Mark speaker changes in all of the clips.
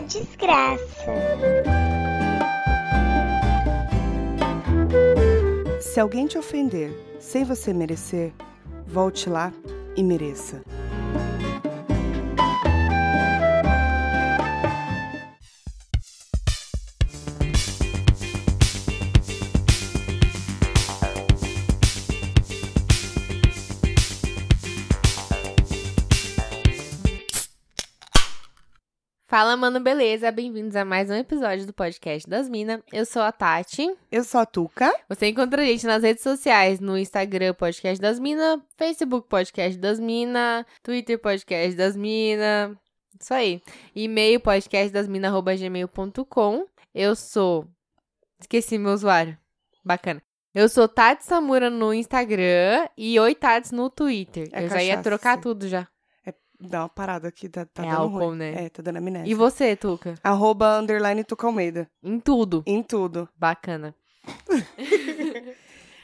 Speaker 1: desgraça.
Speaker 2: Se alguém te ofender sem você merecer, volte lá e mereça.
Speaker 3: Fala, mano, beleza? Bem-vindos a mais um episódio do podcast das Minas. Eu sou a Tati.
Speaker 2: Eu sou a Tuca.
Speaker 3: Você encontra a gente nas redes sociais, no Instagram Podcast das Minas, Facebook Podcast das Minas, Twitter Podcast das Minas. Isso aí. E-mail podcastdasmina@gmail.com. Eu sou Esqueci meu usuário. Bacana. Eu sou Tati Samura no Instagram e Oi Tats no Twitter.
Speaker 2: É
Speaker 3: Eu já ia
Speaker 2: cachaça.
Speaker 3: trocar tudo já.
Speaker 2: Dá uma parada aqui, tá, tá
Speaker 3: É
Speaker 2: dando
Speaker 3: álcool,
Speaker 2: ruim.
Speaker 3: né?
Speaker 2: É, tá dando amnésia.
Speaker 3: E você, Tuca?
Speaker 2: Arroba, underline, Tuca Almeida.
Speaker 3: Em tudo.
Speaker 2: Em tudo.
Speaker 3: Bacana.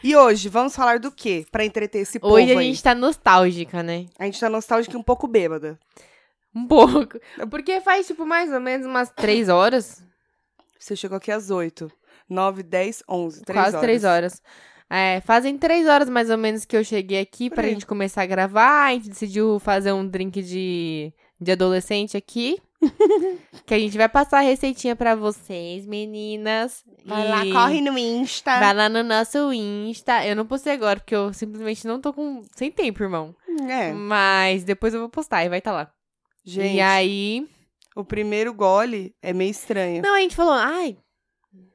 Speaker 2: E hoje, vamos falar do quê? Pra entreter esse povo
Speaker 3: Hoje a
Speaker 2: aí.
Speaker 3: gente tá nostálgica, né?
Speaker 2: A gente tá nostálgica e um pouco bêbada.
Speaker 3: Um pouco. Porque faz, tipo, mais ou menos umas três horas.
Speaker 2: Você chegou aqui às 8. 9, 10, 11. Três
Speaker 3: quase
Speaker 2: horas.
Speaker 3: três horas. É, fazem três horas mais ou menos que eu cheguei aqui
Speaker 2: Por
Speaker 3: pra
Speaker 2: aí.
Speaker 3: gente começar a gravar. A gente decidiu fazer um drink de, de adolescente aqui. que a gente vai passar a receitinha pra vocês, meninas.
Speaker 2: Vai
Speaker 3: E
Speaker 2: lá, corre no Insta.
Speaker 3: Vai lá no nosso Insta. Eu não postei agora, porque eu simplesmente não tô com. sem tempo, irmão.
Speaker 2: É,
Speaker 3: Mas depois eu vou postar e vai tá lá.
Speaker 2: gente.
Speaker 3: E aí.
Speaker 2: O primeiro gole é meio estranho.
Speaker 3: Não, a gente falou, ai.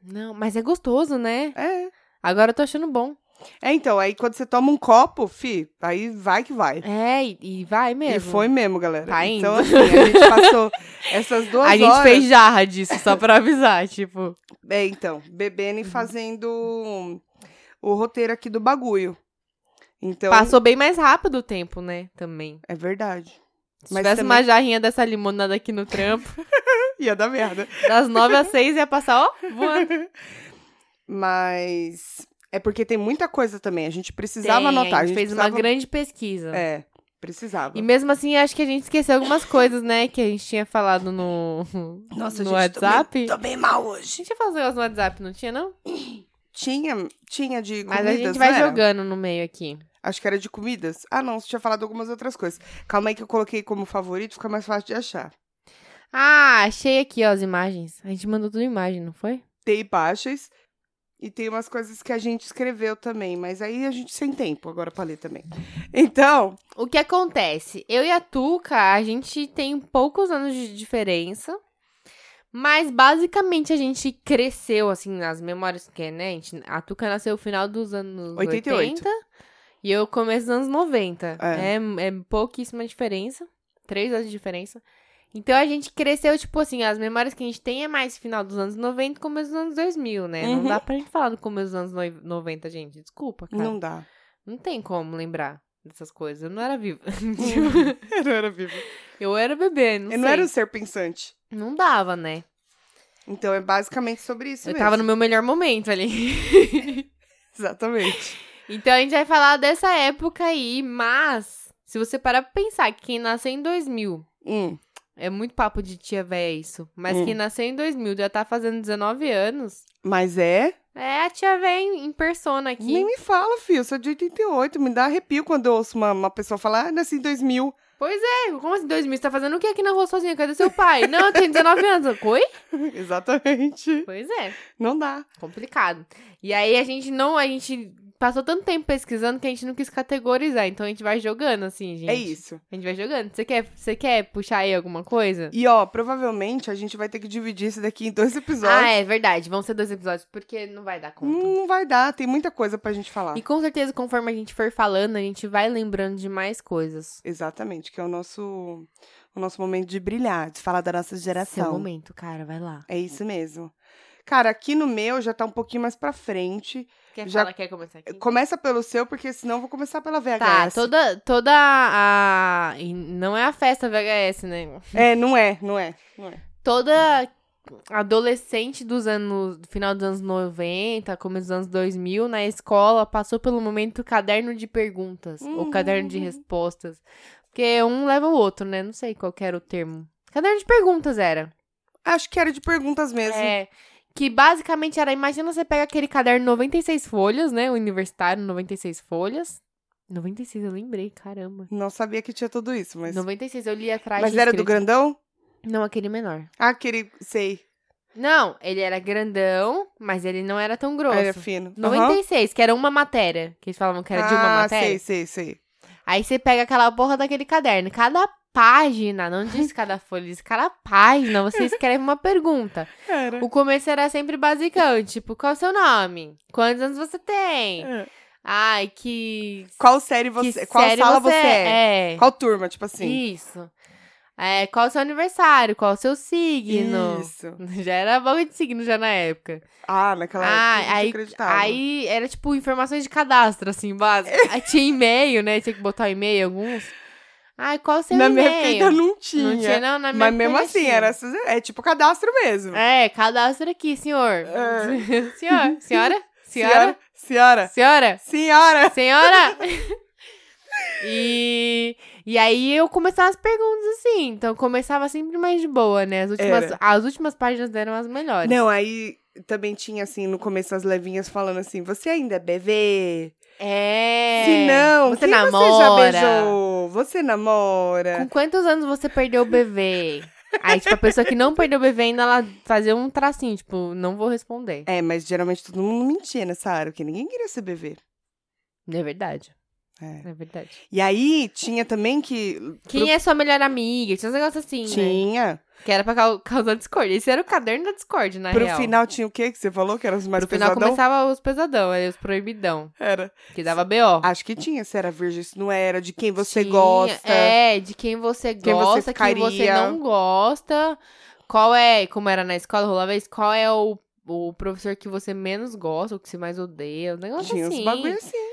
Speaker 3: Não, mas é gostoso, né?
Speaker 2: É.
Speaker 3: Agora eu tô achando bom.
Speaker 2: É, então, aí quando você toma um copo, fi, aí vai que vai.
Speaker 3: É, e, e vai
Speaker 2: E
Speaker 3: mesmo.
Speaker 2: foi mesmo, galera.
Speaker 3: Tá indo.
Speaker 2: então, assim, a gente passou essas duas
Speaker 3: A
Speaker 2: horas.
Speaker 3: gente fez jarra disso, só pra avisar, tipo.
Speaker 2: É, então, bebendo e
Speaker 3: Uhum.
Speaker 2: fazendo o roteiro aqui do bagulho. Então,
Speaker 3: Passou bem mais rápido o tempo, né? Também.
Speaker 2: é verdade.
Speaker 3: Se
Speaker 2: Mas
Speaker 3: tivesse
Speaker 2: também-
Speaker 3: uma jarrinha dessa limonada aqui no trampo,
Speaker 2: Ia dar merda.
Speaker 3: das nove às seis ia passar, ó, voando.
Speaker 2: Mas é porque tem muita coisa também. A gente precisava
Speaker 3: Tem,
Speaker 2: anotar.
Speaker 3: A gente fez
Speaker 2: precisava...
Speaker 3: uma grande pesquisa.
Speaker 2: É, precisava.
Speaker 3: E mesmo assim, acho que a gente esqueceu algumas coisas, né? Que a gente tinha falado no,
Speaker 2: Nossa,
Speaker 3: no
Speaker 2: gente, tô bem-
Speaker 3: WhatsApp.
Speaker 2: Tô bem mal
Speaker 3: A
Speaker 2: hoje.
Speaker 3: gente ia falar uns negócios no WhatsApp, não tinha, não?
Speaker 2: Tinha, tinha de
Speaker 3: Mas
Speaker 2: comidas,
Speaker 3: a gente vai
Speaker 2: não era?
Speaker 3: jogando no meio aqui.
Speaker 2: Acho que era de comidas. Ah, não, você tinha falado algumas outras coisas. Calma aí que eu coloquei como favorito, fica mais fácil de achar.
Speaker 3: Ah, achei aqui, ó, as imagens. A gente mandou tudo imagem, não foi?
Speaker 2: Tem baixas e tem umas coisas que a gente escreveu também, mas aí a gente sem tempo agora pra ler também. Então,
Speaker 3: O que acontece? Eu e a Tuca, a gente tem poucos anos de diferença. Mas basicamente a gente cresceu, assim, nas memórias que, né? A, gente- a Tuca nasceu no final dos anos
Speaker 2: 88.
Speaker 3: 80 e eu começo dos anos 90.
Speaker 2: É.
Speaker 3: É. é pouquíssima diferença. Três anos de diferença. Então a gente cresceu, tipo assim, as memórias que a gente tem é mais final dos anos 90 e começo dos anos 2000, né?
Speaker 2: Uhum.
Speaker 3: Não dá pra gente falar do começo dos anos noi- 90, gente. Desculpa, cara.
Speaker 2: não dá.
Speaker 3: Não tem como lembrar dessas coisas. Eu não era viva.
Speaker 2: eu não era viva.
Speaker 3: eu era bebê, não
Speaker 2: Eu
Speaker 3: sei.
Speaker 2: não era um ser pensante.
Speaker 3: Não dava, né?
Speaker 2: Então é basicamente sobre isso
Speaker 3: eu
Speaker 2: mesmo.
Speaker 3: tava no meu melhor momento ali.
Speaker 2: Exatamente.
Speaker 3: Então a gente vai falar dessa época aí, mas se você parar pra pensar que quem nasceu em 2000,
Speaker 2: Hum,
Speaker 3: é muito papo de tia véia isso, mas
Speaker 2: Hum.
Speaker 3: quem nasceu em 2000 já tá fazendo 19 anos,
Speaker 2: mas é.
Speaker 3: é a tia véia em, em persona aqui.
Speaker 2: Nem me fala, filho. Eu sou de 88. Me dá arrepio quando eu ouço uma, uma pessoa falar, ah, nasci em 2000.
Speaker 3: Pois é, como assim 2000? Você tá fazendo o que aqui na rua sozinha? Cadê seu pai? Não, eu tenho 19 anos. Oi?
Speaker 2: Exatamente.
Speaker 3: Pois é.
Speaker 2: Não dá.
Speaker 3: Complicado. E aí a gente não, a gente passou tanto tempo pesquisando que a gente não quis categorizar, então a gente vai jogando assim, gente.
Speaker 2: É isso.
Speaker 3: A gente vai jogando. Você quer, você quer puxar aí alguma coisa?
Speaker 2: E ó, provavelmente a gente vai ter que dividir isso daqui em dois episódios.
Speaker 3: Ah, é verdade. Vão ser dois episódios porque não vai dar conta.
Speaker 2: Hum, Não vai dar, tem muita coisa pra gente falar.
Speaker 3: E com certeza, conforme a gente for falando, a gente vai lembrando de mais coisas.
Speaker 2: Exatamente, que é o nosso o nosso momento de brilhar, de falar da nossa
Speaker 3: Seu
Speaker 2: geração.
Speaker 3: momento, cara, vai lá.
Speaker 2: É isso mesmo. Cara, aqui no meu já tá um pouquinho mais pra frente.
Speaker 3: Quer
Speaker 2: Já-
Speaker 3: falar, quer começar aqui?
Speaker 2: Começa pelo seu, porque senão eu vou começar pela VHS.
Speaker 3: Tá, toda, toda a... e Não é a festa VHS, né?
Speaker 2: É, não é, não é, não é.
Speaker 3: toda adolescente dos anos, do final dos anos 90, começo dos anos 2000, na escola, passou pelo momento caderno de perguntas ou
Speaker 2: Uhum.
Speaker 3: caderno de respostas. Porque um leva o outro, né? Não sei qual que era o termo. Caderno de perguntas era.
Speaker 2: Acho que era de perguntas mesmo.
Speaker 3: É. Que basicamente era, imagina você pega aquele caderno 96 folhas, né? O universitário, 96 folhas. 96, eu lembrei, caramba.
Speaker 2: Não sabia que tinha tudo isso, mas.
Speaker 3: 96, eu li atrás.
Speaker 2: Mas era do
Speaker 3: escrito.
Speaker 2: grandão?
Speaker 3: Não, aquele menor.
Speaker 2: Ah, aquele. Sei.
Speaker 3: Não, ele era grandão, mas ele não era tão grosso.
Speaker 2: Era fino. Aham.
Speaker 3: 96, que era uma matéria. Que eles falavam que era de uma
Speaker 2: ah,
Speaker 3: matéria.
Speaker 2: Sei, sei, sei.
Speaker 3: Aí você pega aquela porra daquele caderno. Cada página, não diz cada folha, diz cada página, você escreve uma pergunta.
Speaker 2: Era.
Speaker 3: O começo era sempre basicão, tipo, qual é o seu nome? Quantos anos você tem?
Speaker 2: É.
Speaker 3: Ai, que.
Speaker 2: Qual série
Speaker 3: que
Speaker 2: você. Qual
Speaker 3: série
Speaker 2: sala você, é?
Speaker 3: é?
Speaker 2: Qual turma, tipo assim?
Speaker 3: Isso. É, qual o seu aniversário? Qual é o seu signo?
Speaker 2: Isso.
Speaker 3: Já era bagulho de signo já na época.
Speaker 2: Ah, naquela
Speaker 3: Ah,
Speaker 2: época.
Speaker 3: aí, aí era tipo informações de cadastro, assim, básico. aí tinha e-mail, né? Tinha que botar e-mail alguns. Ai, qual o seu
Speaker 2: Na minha época ainda
Speaker 3: e-mail?
Speaker 2: não tinha.
Speaker 3: não tinha, não, na minha
Speaker 2: Mas
Speaker 3: época
Speaker 2: mesmo
Speaker 3: já
Speaker 2: assim,
Speaker 3: tinha.
Speaker 2: era, essas- é tipo cadastro mesmo.
Speaker 3: É, cadastro aqui, senhor.
Speaker 2: É.
Speaker 3: senhor, senhora? Senhora?
Speaker 2: Senhora. Senhora.
Speaker 3: Senhora?
Speaker 2: Senhora.
Speaker 3: Senhora! E, e aí eu começava as perguntas assim. Então começava sempre mais de boa, né? As últimas,
Speaker 2: Era.
Speaker 3: as últimas páginas eram as melhores.
Speaker 2: Não, aí também tinha assim, no começo, as levinhas falando assim: você ainda é bebê?
Speaker 3: É.
Speaker 2: Se não,
Speaker 3: você
Speaker 2: quem
Speaker 3: namora.
Speaker 2: você já beijou? Você namora?
Speaker 3: Com quantos anos você perdeu o bebê? Aí, tipo, a pessoa que não perdeu o bebê ainda ela fazia um tracinho, tipo, não vou responder.
Speaker 2: É, mas geralmente todo mundo mentia nessa área, porque ninguém queria ser bebê.
Speaker 3: É verdade.
Speaker 2: É.
Speaker 3: É verdade.
Speaker 2: E aí tinha também que.
Speaker 3: Quem é sua melhor amiga? Tinha uns negócios assim, né?
Speaker 2: Tinha.
Speaker 3: Que era pra cau- causar discórdia. Esse era o caderno da discórdia, na
Speaker 2: Pro
Speaker 3: real.
Speaker 2: final tinha o quê? Que você falou que era os mais
Speaker 3: Pro final
Speaker 2: pesadão?
Speaker 3: começava os pesadão, aí os proibidão.
Speaker 2: Era.
Speaker 3: Que dava B.O.
Speaker 2: Acho que tinha, se era virgem, se não era, de quem Ah, você
Speaker 3: Tinha,
Speaker 2: gosta.
Speaker 3: É, de quem você
Speaker 2: Quem você
Speaker 3: gosta, quem você,
Speaker 2: ficaria.
Speaker 3: não gosta. Qual é, como era na escola, rolava isso, qual é o, o professor que você menos gosta, o que você mais odeia, um negócio
Speaker 2: Tinha
Speaker 3: assim.
Speaker 2: uns bagulho assim.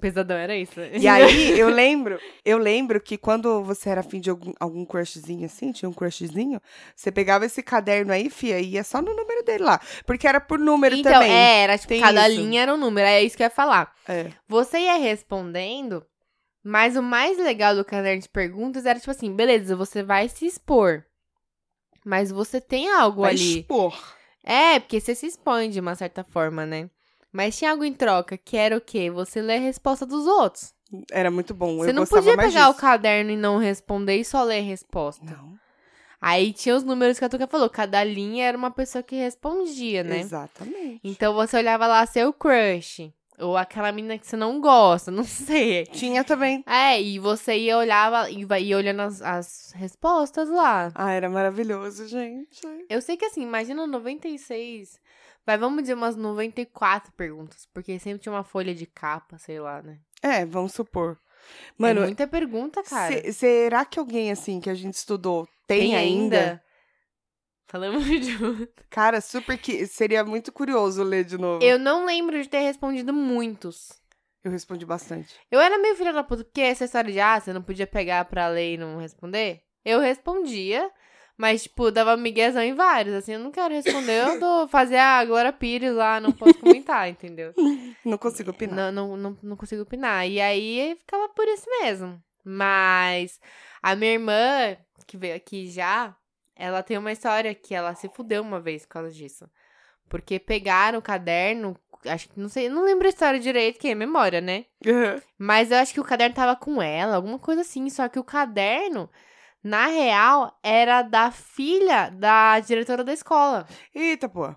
Speaker 3: Pesadão era isso. né?
Speaker 2: E aí, eu lembro, eu lembro que quando você era afim de algum, algum crushzinho assim, tinha um crushzinho, você pegava esse caderno aí, fia, e ia só no número dele lá. Porque era por número
Speaker 3: então,
Speaker 2: também.
Speaker 3: é, era tipo,
Speaker 2: Tem
Speaker 3: cada
Speaker 2: isso.
Speaker 3: linha era um número, é isso que eu ia falar.
Speaker 2: É.
Speaker 3: Você ia respondendo, mas o mais legal do caderno de perguntas era tipo assim, beleza, você vai se expor. Mas você tem algo
Speaker 2: Vai
Speaker 3: ali.
Speaker 2: expor.
Speaker 3: É, porque você se expõe de uma certa forma, né? Mas tinha algo em troca, que era o quê? Você lê a resposta dos outros.
Speaker 2: Era muito bom.
Speaker 3: Você
Speaker 2: eu
Speaker 3: não
Speaker 2: gostava
Speaker 3: podia
Speaker 2: mais
Speaker 3: pegar o
Speaker 2: disso.
Speaker 3: caderno e não responder e só ler a resposta.
Speaker 2: Não,
Speaker 3: Aí tinha os números que a Tuca falou, cada linha era uma pessoa que respondia, né?
Speaker 2: exatamente.
Speaker 3: Então você olhava lá seu crush, ou aquela menina que você não gosta, não sei.
Speaker 2: Tinha também.
Speaker 3: Então, É, e você ia olhava e vai- ia olhando as- as respostas lá.
Speaker 2: Ah, era maravilhoso, gente.
Speaker 3: Eu sei que assim, imagina 96. Vai, vamos dizer umas 94 perguntas, porque sempre tinha uma folha de capa, sei lá, né?
Speaker 2: É, vamos supor.
Speaker 3: Mano,
Speaker 2: Mano,
Speaker 3: muita pergunta, É cara.
Speaker 2: se- será que alguém assim que a gente estudou tem, ainda?
Speaker 3: Falamos um. junto.
Speaker 2: Cara, super que seria muito curioso ler de novo.
Speaker 3: Eu não lembro de ter respondido muitos.
Speaker 2: eu respondi bastante.
Speaker 3: Eu era meio filha da puta, porque essa história de, ah, você não podia pegar pra ler e não responder. Eu respondia, mas, tipo, dava miguezão em vários. Assim, eu não quero responder, eu dou fazer a Glória Pires lá, não posso comentar, entendeu?
Speaker 2: Não consigo opinar.
Speaker 3: Não, não, não, não consigo opinar. E aí ficava por isso mesmo. Mas a minha irmã, que veio aqui já, ela tem uma história que ela se fudeu uma vez por causa disso. Porque pegaram o caderno, acho que não sei, não lembro a história direito, que é memória, né? Mas eu acho que o caderno tava com ela, alguma coisa assim. Só que o caderno, na real, era da filha da diretora da escola.
Speaker 2: Eita, pô. Por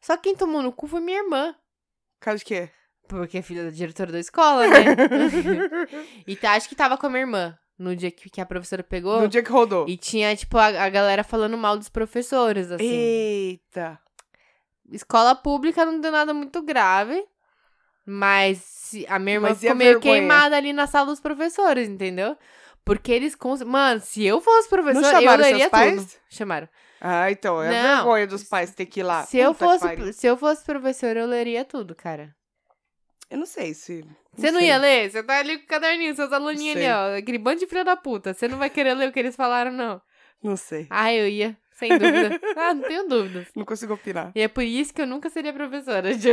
Speaker 3: Só que quem tomou no cu foi minha irmã.
Speaker 2: causa de quê?
Speaker 3: Porque é filha da diretora da escola, né? E tá- acho que tava com a minha irmã no dia que, que a professora pegou.
Speaker 2: no dia que rodou.
Speaker 3: E tinha, tipo, a, a galera falando mal dos professores, assim.
Speaker 2: Eita.
Speaker 3: Escola pública não deu nada muito grave. Mas se- a minha irmã
Speaker 2: Mas e a
Speaker 3: ficou meio
Speaker 2: vergonha?
Speaker 3: queimada ali na sala dos professores, entendeu? Porque eles. Cons... Mano, se eu fosse professor,
Speaker 2: Não
Speaker 3: eu
Speaker 2: chamaram seus
Speaker 3: leria tudo.
Speaker 2: pais?
Speaker 3: Chamaram.
Speaker 2: Ah, então, é
Speaker 3: Não.
Speaker 2: a vergonha dos pais ter que ir lá.
Speaker 3: se, eu
Speaker 2: Ah, Puta que
Speaker 3: fosse,
Speaker 2: pariu.
Speaker 3: se eu fosse professor, eu leria tudo, cara.
Speaker 2: Eu não sei se.
Speaker 3: Você não
Speaker 2: sei.
Speaker 3: ia ler? Você tá ali com o caderninho, seus aluninhos ali,
Speaker 2: Sei.
Speaker 3: ó. Aquele bando de filha da puta. Você não vai querer ler o que eles falaram, não.
Speaker 2: Não sei.
Speaker 3: Ah, eu ia, sem dúvida. Ah, não tenho dúvidas.
Speaker 2: Não consigo opinar.
Speaker 3: E é por isso que eu nunca seria professora. Ju.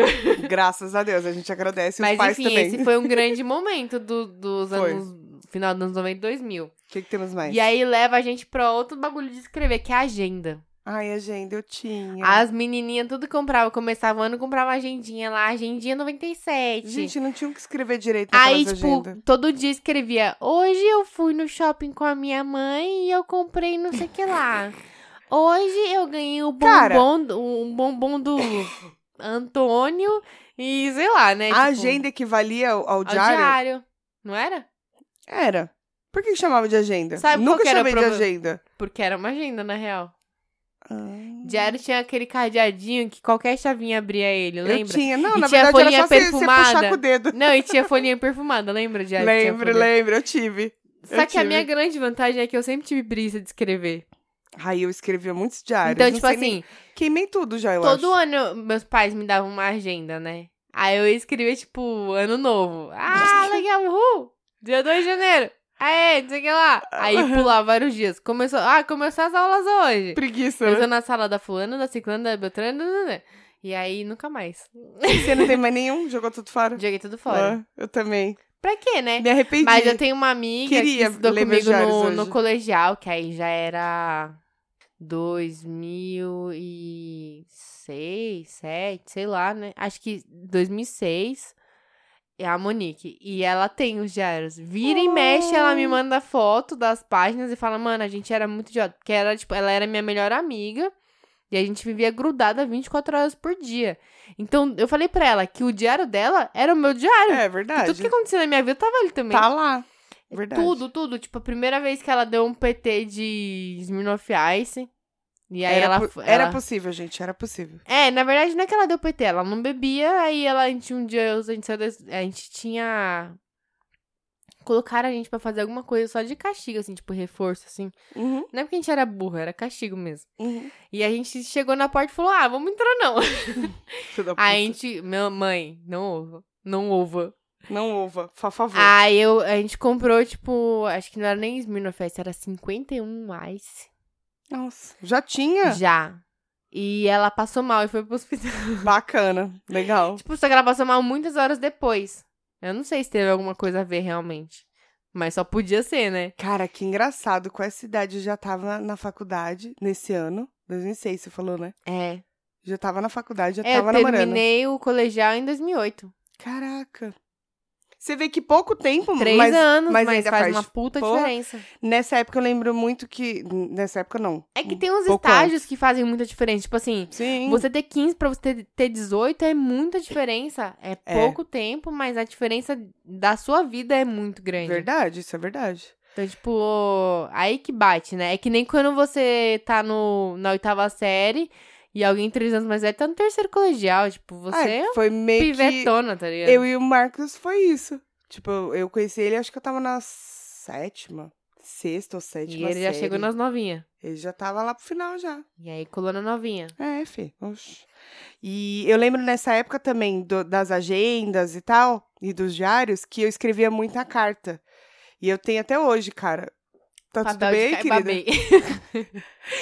Speaker 2: Graças a Deus, a gente agradece os
Speaker 3: Mas
Speaker 2: pais
Speaker 3: enfim,
Speaker 2: também.
Speaker 3: esse foi um grande momento do- dos
Speaker 2: Foi.
Speaker 3: anos. Final dos anos 90 e 2000.
Speaker 2: O que, que temos mais?
Speaker 3: E aí leva a gente pra outro bagulho de escrever, que é a agenda.
Speaker 2: Ai, agenda, eu tinha.
Speaker 3: As menininhas tudo comprava, começava o ano, comprava agendinha lá, agendinha 97.
Speaker 2: Gente, não tinha o que escrever direito naquelas
Speaker 3: Aí, tipo,
Speaker 2: agendas.
Speaker 3: todo dia escrevia: Hoje eu fui no shopping com a minha mãe e eu comprei não sei o que lá. Hoje eu ganhei o
Speaker 2: Cara.
Speaker 3: bombom, do- um bombom do Antônio e sei lá, né?
Speaker 2: a agenda equivalia ao, ao
Speaker 3: ao
Speaker 2: diário?
Speaker 3: Não era?
Speaker 2: Era. Por que que chamava de agenda?
Speaker 3: Sabe qual
Speaker 2: Nunca
Speaker 3: que era o
Speaker 2: chamei de
Speaker 3: problema?
Speaker 2: agenda.
Speaker 3: Porque era uma agenda, na real.
Speaker 2: Ah.
Speaker 3: Diário tinha aquele cadeadinho que qualquer chavinha abria ele,
Speaker 2: Eu
Speaker 3: lembra?
Speaker 2: tinha. Não,
Speaker 3: E
Speaker 2: na
Speaker 3: tinha a
Speaker 2: verdade era
Speaker 3: folhinha
Speaker 2: só assim, você, você puxar
Speaker 3: perfumada.
Speaker 2: com o dedo.
Speaker 3: Não, e tinha folhinha perfumada, lembra, Diário? que tinha
Speaker 2: lembro,
Speaker 3: folhinha?
Speaker 2: lembro, eu tive.
Speaker 3: Só
Speaker 2: eu
Speaker 3: que a
Speaker 2: tive.
Speaker 3: minha grande vantagem é que eu sempre tive brisa de escrever.
Speaker 2: Ai, eu escrevia muitos diários.
Speaker 3: então,
Speaker 2: não
Speaker 3: tipo
Speaker 2: sei
Speaker 3: assim,
Speaker 2: nem- Queimei tudo já, eu
Speaker 3: todo
Speaker 2: acho.
Speaker 3: ano eu- meus pais me davam uma agenda, né? Aí eu escrevia, tipo, ano novo. Ah, legal, uhul! Dia 2 de janeiro. Aê, não sei o que lá. Aí pulava vários dias. Começou, ah, começou as aulas hoje.
Speaker 2: Preguiça,
Speaker 3: Eu
Speaker 2: né?
Speaker 3: tô na sala da fulana, da ciclana, da beltrana, da- da- da. e aí nunca mais.
Speaker 2: Você não tem mais nenhum? Jogou tudo fora?
Speaker 3: Joguei tudo fora.
Speaker 2: Ah, eu também.
Speaker 3: Pra quê, né?
Speaker 2: Me arrependi.
Speaker 3: Mas eu tenho uma amiga
Speaker 2: Queria
Speaker 3: que estudou
Speaker 2: ler meus
Speaker 3: comigo no,
Speaker 2: diários
Speaker 3: no
Speaker 2: hoje.
Speaker 3: colegial, que aí já era 2006, 7, sei lá, né? Acho que 2006. É a Monique. E ela tem os diários. Vira e mexe, ela me manda foto das páginas e fala, mano, a gente era muito idiota. Porque era, tipo, ela era minha melhor amiga. E a gente vivia grudada 24 horas por dia. Então, eu falei pra ela que o diário dela era o meu diário.
Speaker 2: É
Speaker 3: E
Speaker 2: verdade.
Speaker 3: Tudo que aconteceu na minha vida tava ali também.
Speaker 2: Tá lá. Verdade.
Speaker 3: Tudo, tudo. Tipo, a primeira vez que ela deu um PT de Smirnoff Ice. E aí
Speaker 2: era,
Speaker 3: ela,
Speaker 2: po-
Speaker 3: ela.
Speaker 2: era possível, gente, era possível.
Speaker 3: É, na verdade não é que ela deu PT, ela não bebia. Aí ela, a gente um dia, eu- a gente, saiu da- a gente tinha. Colocaram a gente pra fazer alguma coisa só de castigo, assim, tipo reforço, assim.
Speaker 2: Uhum,
Speaker 3: Não é porque a gente era burra, era castigo mesmo.
Speaker 2: uhum.
Speaker 3: E a gente chegou na porta e falou: ah, vamos entrar não.
Speaker 2: Filho da
Speaker 3: Aí a gente. Minha mãe, não ouva. Não ouva.
Speaker 2: puta. Não ova, por favor.
Speaker 3: Aí eu, a gente comprou, tipo, acho que não era nem Smirnoff Ice, era 51 Ice.
Speaker 2: Nossa, já tinha?
Speaker 3: Já. E ela passou mal e foi pro hospital.
Speaker 2: Bacana, legal.
Speaker 3: tipo, só que ela passou mal muitas horas depois. Eu não sei se teve alguma coisa a ver realmente. Mas só podia ser, né?
Speaker 2: Cara, que engraçado, com essa idade eu já tava na faculdade, nesse ano, 2006 você falou, né?
Speaker 3: É.
Speaker 2: Já tava na faculdade, já
Speaker 3: É, eu
Speaker 2: tava namorando.
Speaker 3: terminei o colegial em 2008.
Speaker 2: Caraca. Você vê que pouco tempo,
Speaker 3: Três
Speaker 2: mas
Speaker 3: anos,
Speaker 2: mas
Speaker 3: mas,
Speaker 2: ainda
Speaker 3: faz,
Speaker 2: faz
Speaker 3: uma puta
Speaker 2: porra.
Speaker 3: diferença.
Speaker 2: nessa época eu lembro muito que... Nessa época não.
Speaker 3: É que tem uns
Speaker 2: Um pouco
Speaker 3: estágios que fazem muita diferença. Tipo assim,
Speaker 2: Sim.
Speaker 3: Você ter 15 pra você ter- ter 18 é muita diferença. É
Speaker 2: É.
Speaker 3: pouco tempo, mas a diferença da sua vida é muito grande.
Speaker 2: Verdade, isso é verdade.
Speaker 3: Então, tipo, aí que bate, né? É que nem quando você tá no, na oitava série e alguém três anos mais velho tá no terceiro colegial. Tipo, você é
Speaker 2: Ah,
Speaker 3: uma
Speaker 2: foi meio que...
Speaker 3: pivetona, tá ligado?
Speaker 2: Eu e o Marcos foi isso. Tipo, eu eu conheci ele, acho que eu tava na sétima, sexta ou
Speaker 3: e
Speaker 2: sétima
Speaker 3: ele já
Speaker 2: série.
Speaker 3: chegou nas novinhas.
Speaker 2: Ele já tava lá pro final já.
Speaker 3: E aí colou na novinha.
Speaker 2: É, fi. Oxi. E eu lembro nessa época também do- das agendas e tal, e dos diários, que eu escrevia muita carta. E eu tenho até hoje, cara. Tá tudo
Speaker 3: Papel
Speaker 2: bem,
Speaker 3: de
Speaker 2: querida?
Speaker 3: ca... babei.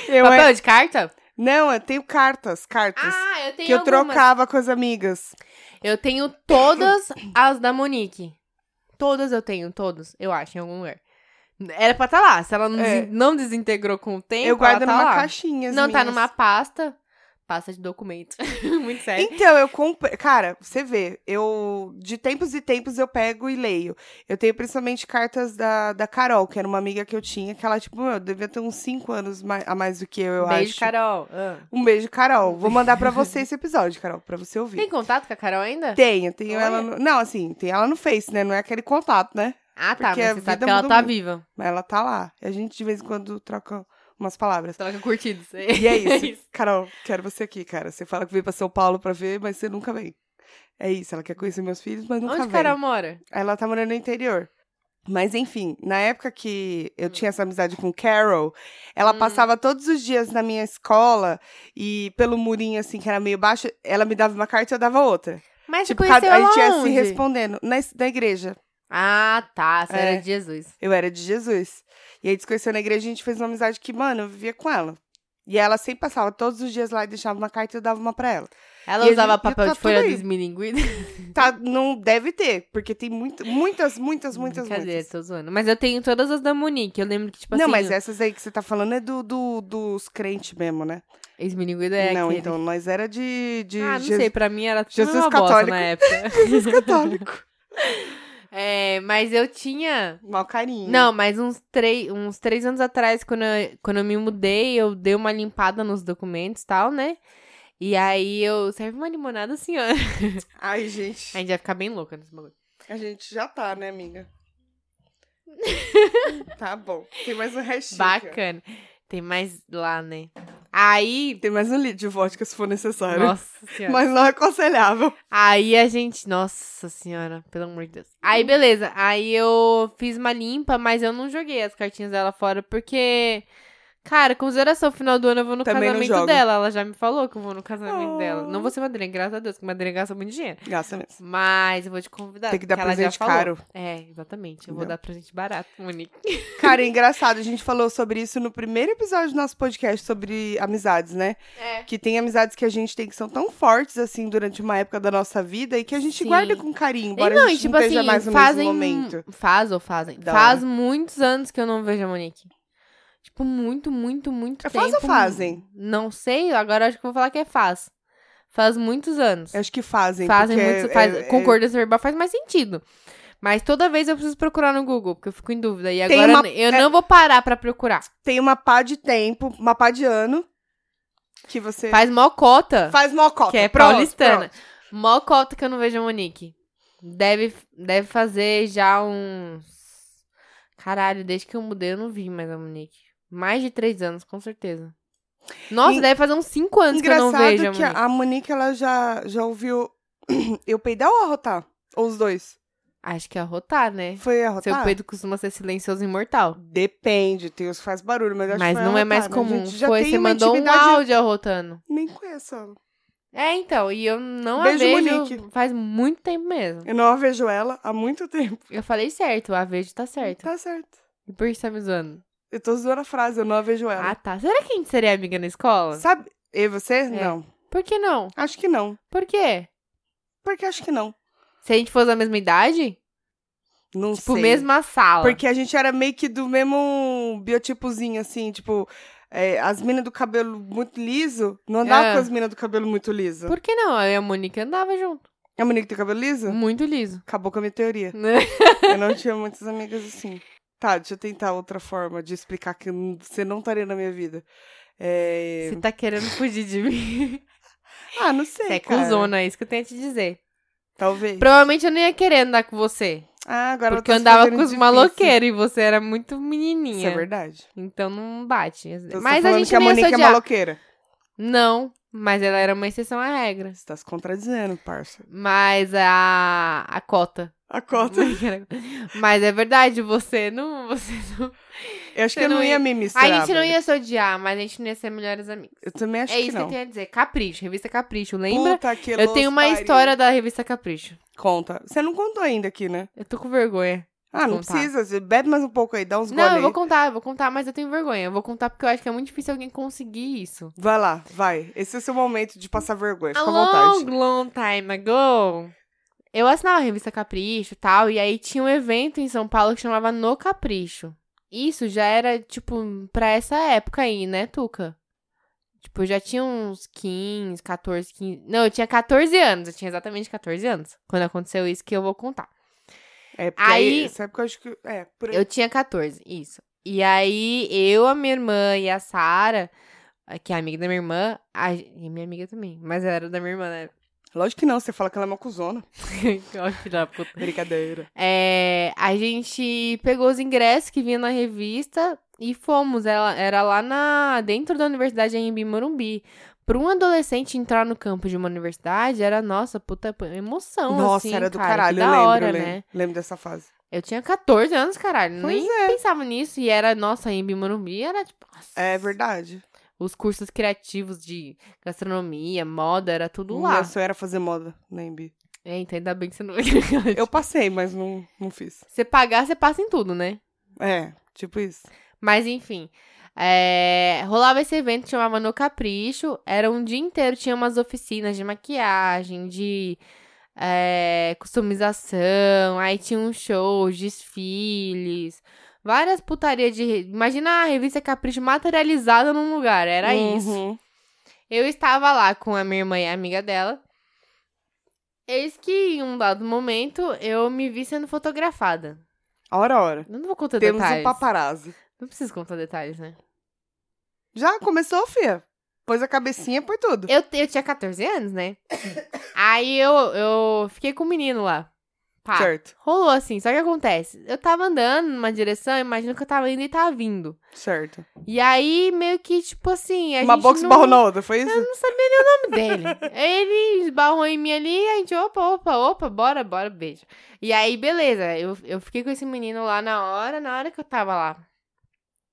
Speaker 2: Eu é-
Speaker 3: Papel de carta?
Speaker 2: Não, eu tenho cartas, cartas.
Speaker 3: Ah, eu tenho
Speaker 2: que eu
Speaker 3: algumas.
Speaker 2: trocava com as amigas.
Speaker 3: Eu tenho todas as da Monique. Todas eu tenho, todas, eu acho, em algum lugar. Era pra estar tá lá. Se ela não,
Speaker 2: É.
Speaker 3: desen- não desintegrou com o tempo,
Speaker 2: eu guardo
Speaker 3: ela tá
Speaker 2: numa
Speaker 3: lá.
Speaker 2: caixinha. as
Speaker 3: Não, tá
Speaker 2: minhas.
Speaker 3: numa pasta. Pasta de documento. Muito sério.
Speaker 2: Então, eu comprei. Cara, você vê, eu. De tempos e tempos eu pego e leio. Eu tenho principalmente cartas da, da Carol, que era uma amiga que eu tinha, que ela, tipo, meu, devia ter uns 5 anos mai- a mais do que Então, eu, eu
Speaker 3: Beijo,
Speaker 2: acho.
Speaker 3: Carol. Ah.
Speaker 2: Um beijo, Carol. Vou mandar pra você esse episódio, Carol, pra você ouvir.
Speaker 3: Tem contato com a Carol ainda?
Speaker 2: Tenho, tenho
Speaker 3: Olha.
Speaker 2: ela no... Não, assim, tem ela no Face, né? Não é aquele contato, né?
Speaker 3: Ah, tá.
Speaker 2: Porque a
Speaker 3: mas você
Speaker 2: vida
Speaker 3: sabe que ela
Speaker 2: mudou
Speaker 3: tá
Speaker 2: muito.
Speaker 3: viva.
Speaker 2: Mas ela tá lá. A gente de vez em quando troca umas palavras.
Speaker 3: Troca curtidas.
Speaker 2: E é isso. Carol, quero você aqui, cara. Você fala que veio pra São Paulo pra ver, mas você nunca vem. É isso, ela quer conhecer meus filhos, mas nunca
Speaker 3: Onde a
Speaker 2: vem.
Speaker 3: Carol mora?
Speaker 2: Ela tá morando no interior. Mas enfim, na época que eu tinha essa amizade com Carol, ela
Speaker 3: Hum.
Speaker 2: passava todos os dias na minha escola e pelo murinho assim que era meio baixo, ela me dava uma carta e eu dava outra.
Speaker 3: Mas
Speaker 2: tipo,
Speaker 3: você
Speaker 2: cada-
Speaker 3: conheceu
Speaker 2: a gente
Speaker 3: ela
Speaker 2: ia se
Speaker 3: onde?
Speaker 2: respondendo na, es- na igreja.
Speaker 3: Ah, tá. Você
Speaker 2: É.
Speaker 3: era de Jesus.
Speaker 2: Eu era de Jesus. E aí a gente se conheceu na igreja, a gente fez uma amizade que, mano, eu vivia com ela. E ela sempre passava todos os dias lá e deixava uma carta e eu dava uma pra ela.
Speaker 3: Ela
Speaker 2: E a
Speaker 3: usava
Speaker 2: gente- e
Speaker 3: papel
Speaker 2: tá
Speaker 3: de folha
Speaker 2: tudo aí.
Speaker 3: desmilinguida.
Speaker 2: Tá, não deve ter, porque tem muito, muitas, muitas, muitas,
Speaker 3: Brincadeira,
Speaker 2: muitas.
Speaker 3: tô zoando. Mas eu tenho todas as da Monique. Eu lembro que, tipo
Speaker 2: não,
Speaker 3: assim.
Speaker 2: mas essas aí que você tá falando é do, do- dos crentes mesmo, né?
Speaker 3: Esmilinguida é
Speaker 2: não,
Speaker 3: aquele.
Speaker 2: então nós era de, de
Speaker 3: Ah, não
Speaker 2: Jesus
Speaker 3: sei, pra mim era tudo
Speaker 2: Jesus
Speaker 3: uma bosta
Speaker 2: católico.
Speaker 3: na época.
Speaker 2: católico.
Speaker 3: É, mas eu tinha.
Speaker 2: Mal carinho.
Speaker 3: Não, mas uns três, uns três anos atrás, quando eu, quando eu me mudei, eu dei uma limpada nos documentos e tal, né? E aí eu. Serve uma limonada, senhora.
Speaker 2: Ai,
Speaker 3: A
Speaker 2: gente.
Speaker 3: gente vai ficar bem louca nesse bagulho.
Speaker 2: A gente já tá, né, amiga? tá bom. Tem mais um hashtag.
Speaker 3: Bacana. Tem mais lá, né? Aí.
Speaker 2: Tem mais um litro de vodka se for necessário.
Speaker 3: Nossa senhora.
Speaker 2: Mas não é aconselhável.
Speaker 3: Aí a gente. Nossa senhora, pelo amor de Deus. Aí beleza. Aí eu fiz uma limpa, mas eu não joguei as cartinhas dela fora, porque. Cara, consideração final do ano eu vou no
Speaker 2: Também não
Speaker 3: casamento
Speaker 2: jogo.
Speaker 3: dela. Ela já me falou que eu vou no casamento
Speaker 2: Oh.
Speaker 3: dela. Não vou ser madrinha, graças a Deus, que madrinha gasta muito dinheiro.
Speaker 2: Gasta mesmo.
Speaker 3: Mas eu vou te convidar.
Speaker 2: Tem que dar
Speaker 3: porque ela já
Speaker 2: presente
Speaker 3: falou.
Speaker 2: caro.
Speaker 3: É, exatamente. Eu vou
Speaker 2: Não.
Speaker 3: dar presente barato, Monique.
Speaker 2: Cara, é engraçado. A gente falou sobre isso no primeiro episódio do nosso podcast sobre amizades, né?
Speaker 3: É.
Speaker 2: Que tem amizades que a gente tem que são tão fortes, assim, durante uma época da nossa vida e que a gente
Speaker 3: Sim.
Speaker 2: guarda com carinho,
Speaker 3: E
Speaker 2: embora
Speaker 3: não,
Speaker 2: a
Speaker 3: e
Speaker 2: gente
Speaker 3: tipo
Speaker 2: não esteja
Speaker 3: assim,
Speaker 2: mais no
Speaker 3: fazem.
Speaker 2: mesmo momento.
Speaker 3: Faz ou fazem.
Speaker 2: Da
Speaker 3: faz muitos anos que eu não vejo a Monique. Tipo, muito, muito, muito
Speaker 2: É
Speaker 3: tempo.
Speaker 2: faz ou fazem?
Speaker 3: Não sei, agora acho que eu vou falar que é faz. Faz muitos anos.
Speaker 2: Eu acho que fazem. É,
Speaker 3: fazem
Speaker 2: porque
Speaker 3: muitos.
Speaker 2: é-
Speaker 3: Faz,
Speaker 2: é-
Speaker 3: concordância verbal faz mais sentido. Mas toda vez eu preciso procurar no Google, porque eu fico em dúvida. E
Speaker 2: Tem
Speaker 3: agora
Speaker 2: uma-
Speaker 3: eu
Speaker 2: é-
Speaker 3: não vou parar pra procurar.
Speaker 2: Tem uma pá de tempo, uma pá de ano, que você faz,
Speaker 3: Faz mó cota,
Speaker 2: mocota.
Speaker 3: que é
Speaker 2: Pronto,
Speaker 3: paulistana.
Speaker 2: pronto.
Speaker 3: Mó cota que eu não vejo a Monique. Deve, deve fazer já uns. Caralho, desde que eu mudei eu não vi mais a Monique. Mais de três anos, com certeza. Nossa,
Speaker 2: E-
Speaker 3: deve fazer uns cinco anos que eu não
Speaker 2: Engraçado
Speaker 3: vejo a
Speaker 2: que
Speaker 3: Monique.
Speaker 2: a Monique, ela já, já ouviu eu peidar ou arrotar? Ou os dois?
Speaker 3: Acho que é arrotar, né?
Speaker 2: Foi
Speaker 3: Seu
Speaker 2: arrotar?
Speaker 3: peido costuma ser silencioso e imortal.
Speaker 2: Depende, tem os que faz barulho, mas eu acho
Speaker 3: Mas
Speaker 2: que foi
Speaker 3: não é
Speaker 2: arrotar,
Speaker 3: mais
Speaker 2: né,
Speaker 3: comum.
Speaker 2: gente? Já
Speaker 3: Foi,
Speaker 2: tem
Speaker 3: você
Speaker 2: uma
Speaker 3: mandou um
Speaker 2: intimidade-
Speaker 3: áudio arrotando.
Speaker 2: Nem conheço ela.
Speaker 3: É, então, e eu não a
Speaker 2: Beijo,
Speaker 3: vejo
Speaker 2: Monique.
Speaker 3: faz muito tempo mesmo.
Speaker 2: Eu não a vejo ela há muito tempo.
Speaker 3: Eu falei certo, a vejo tá certo.
Speaker 2: Tá certo.
Speaker 3: E por que você tá me zoando?
Speaker 2: Eu tô zoando a frase, eu não a vejo
Speaker 3: Ah, É.
Speaker 2: ela.
Speaker 3: tá. Será que a gente seria amiga na escola?
Speaker 2: Sabe? E você? Não.
Speaker 3: Por que não?
Speaker 2: Acho que não.
Speaker 3: Por quê?
Speaker 2: Porque acho que não.
Speaker 3: Se a gente fosse da mesma idade?
Speaker 2: Não
Speaker 3: Tipo,
Speaker 2: sei.
Speaker 3: mesma sala.
Speaker 2: Porque a gente era meio que do mesmo biotipozinho, assim, tipo, é, as minas do cabelo muito liso não andava
Speaker 3: É.
Speaker 2: com as minas do cabelo muito liso.
Speaker 3: Por Hum. que não? Eu e a Monique andava junto.
Speaker 2: A menina que tem cabelo liso?
Speaker 3: Muito liso.
Speaker 2: Acabou com a minha teoria.
Speaker 3: Né?
Speaker 2: Eu não tinha muitas amigas assim. Tá, deixa eu tentar outra forma de explicar que n- você não estaria na minha vida. É,
Speaker 3: Você tá querendo fugir de mim.
Speaker 2: Ah, não sei.
Speaker 3: Você é
Speaker 2: cara.
Speaker 3: cuzona, é isso que eu tenho a te dizer.
Speaker 2: Talvez.
Speaker 3: Provavelmente eu não ia querer andar com você.
Speaker 2: Ah, agora
Speaker 3: porque eu
Speaker 2: eu tô
Speaker 3: andava
Speaker 2: fazendo
Speaker 3: com os
Speaker 2: difícil.
Speaker 3: maloqueiros e você era muito
Speaker 2: Isso
Speaker 3: menininha.
Speaker 2: é verdade.
Speaker 3: Então não bate.
Speaker 2: Então você tá
Speaker 3: mas a
Speaker 2: falando
Speaker 3: gente
Speaker 2: que a
Speaker 3: não ia
Speaker 2: Monique
Speaker 3: se
Speaker 2: é
Speaker 3: odiar.
Speaker 2: maloqueira.
Speaker 3: Não, mas ela era uma exceção à regra.
Speaker 2: Você tá se contradizendo, parça.
Speaker 3: Mas a, a cota.
Speaker 2: A cota.
Speaker 3: mas é verdade, você não. Você não...
Speaker 2: Eu acho
Speaker 3: Você
Speaker 2: que eu não
Speaker 3: não
Speaker 2: ia
Speaker 3: ia-
Speaker 2: me misturar.
Speaker 3: A gente não
Speaker 2: velho.
Speaker 3: ia se odiar, mas a gente não ia ser melhores amigos.
Speaker 2: Eu também acho
Speaker 3: é isso que,
Speaker 2: que não.
Speaker 3: eu tenho a dizer. Capricho, revista Capricho, lembra?
Speaker 2: Puta que
Speaker 3: eu tenho
Speaker 2: los
Speaker 3: uma
Speaker 2: pariu.
Speaker 3: história da revista Capricho.
Speaker 2: Conta. Você não contou ainda aqui, né?
Speaker 3: Eu tô com vergonha.
Speaker 2: Ah, não
Speaker 3: Contar.
Speaker 2: precisa. você Bebe mais um pouco aí, dá uns
Speaker 3: Não, eu
Speaker 2: goles
Speaker 3: vou
Speaker 2: aí.
Speaker 3: contar, eu vou contar, mas eu tenho vergonha. Eu vou contar porque eu acho que é muito difícil alguém conseguir isso.
Speaker 2: Vai lá, vai. Esse é o seu momento de passar vergonha. Fica
Speaker 3: A
Speaker 2: à vontade.
Speaker 3: long, long time ago, eu assinava a revista Capricho e tal, e aí tinha um evento em São Paulo que chamava No Capricho. Isso já era, tipo, pra essa época aí, né, Tuca? Tipo, eu já tinha uns 15, 14, 15... Não, eu tinha 14 anos, eu tinha exatamente 14 anos. Quando aconteceu isso que eu vou contar.
Speaker 2: É, porque aí...
Speaker 3: Aí-
Speaker 2: Sabe que eu acho que... É, por aí.
Speaker 3: Eu tinha 14, isso. E aí, eu, a minha irmã e a Sara, que é amiga da minha irmã, a... e minha amiga também, mas ela era da minha irmã, né?
Speaker 2: Lógico que não, você fala que ela é uma cuzona.
Speaker 3: Ó, filho da puta.
Speaker 2: Brincadeira.
Speaker 3: É, a gente pegou os ingressos que vinha na revista e fomos. Ela era lá na dentro da Universidade Anhembi Morumbi. Para um adolescente entrar no campo de uma universidade era nossa puta emoção
Speaker 2: Nossa,
Speaker 3: assim,
Speaker 2: era do
Speaker 3: cara, que
Speaker 2: caralho, eu
Speaker 3: da
Speaker 2: lembro,
Speaker 3: hora,
Speaker 2: eu lembro.
Speaker 3: né?
Speaker 2: Lembro dessa fase.
Speaker 3: Eu tinha 14 anos, caralho,
Speaker 2: Pois
Speaker 3: nem pensava nisso e era nossa Anhembi Morumbi era tipo nossa,
Speaker 2: É verdade.
Speaker 3: os cursos criativos de gastronomia, moda, era tudo
Speaker 2: O
Speaker 3: lá.
Speaker 2: meu sonho era fazer moda na Embi.
Speaker 3: É, então ainda bem que você não
Speaker 2: Eu passei, mas não, não fiz.
Speaker 3: Você pagar, você passa em tudo, né?
Speaker 2: É, tipo isso.
Speaker 3: Mas enfim. É, rolava esse evento que chamava No Capricho. Era um dia inteiro, tinha umas oficinas de maquiagem, de é, customização. Aí tinha um show, desfiles, várias putarias de. re- Imagina a revista Capricho materializada num lugar. Era isso.
Speaker 2: Uhum.
Speaker 3: Eu estava lá com a minha irmã e a amiga dela. Eis que em um dado momento eu me vi sendo fotografada.
Speaker 2: Ora, ora.
Speaker 3: Eu não vou contar
Speaker 2: Temos
Speaker 3: detalhes.
Speaker 2: um paparazzi.
Speaker 3: Não preciso contar detalhes, né?
Speaker 2: Já começou, Fia? Pôs a cabecinha por tudo.
Speaker 3: Eu, te- eu tinha 14 anos, né? Aí eu, eu fiquei com o menino lá. Pá.
Speaker 2: Certo,
Speaker 3: Rolou assim, só que acontece. Eu tava andando numa direção, imagino que eu tava indo e tava vindo.
Speaker 2: certo.
Speaker 3: E aí, meio que, tipo assim, a
Speaker 2: Uma
Speaker 3: gente
Speaker 2: box
Speaker 3: não...
Speaker 2: esbarrou na outra, foi isso?
Speaker 3: não sabia nem o nome dele. Ele esbarrou em mim ali, a gente, opa, opa, opa, bora, bora, beijo. E aí, beleza, eu, eu fiquei com esse menino lá na hora, na hora que eu tava lá,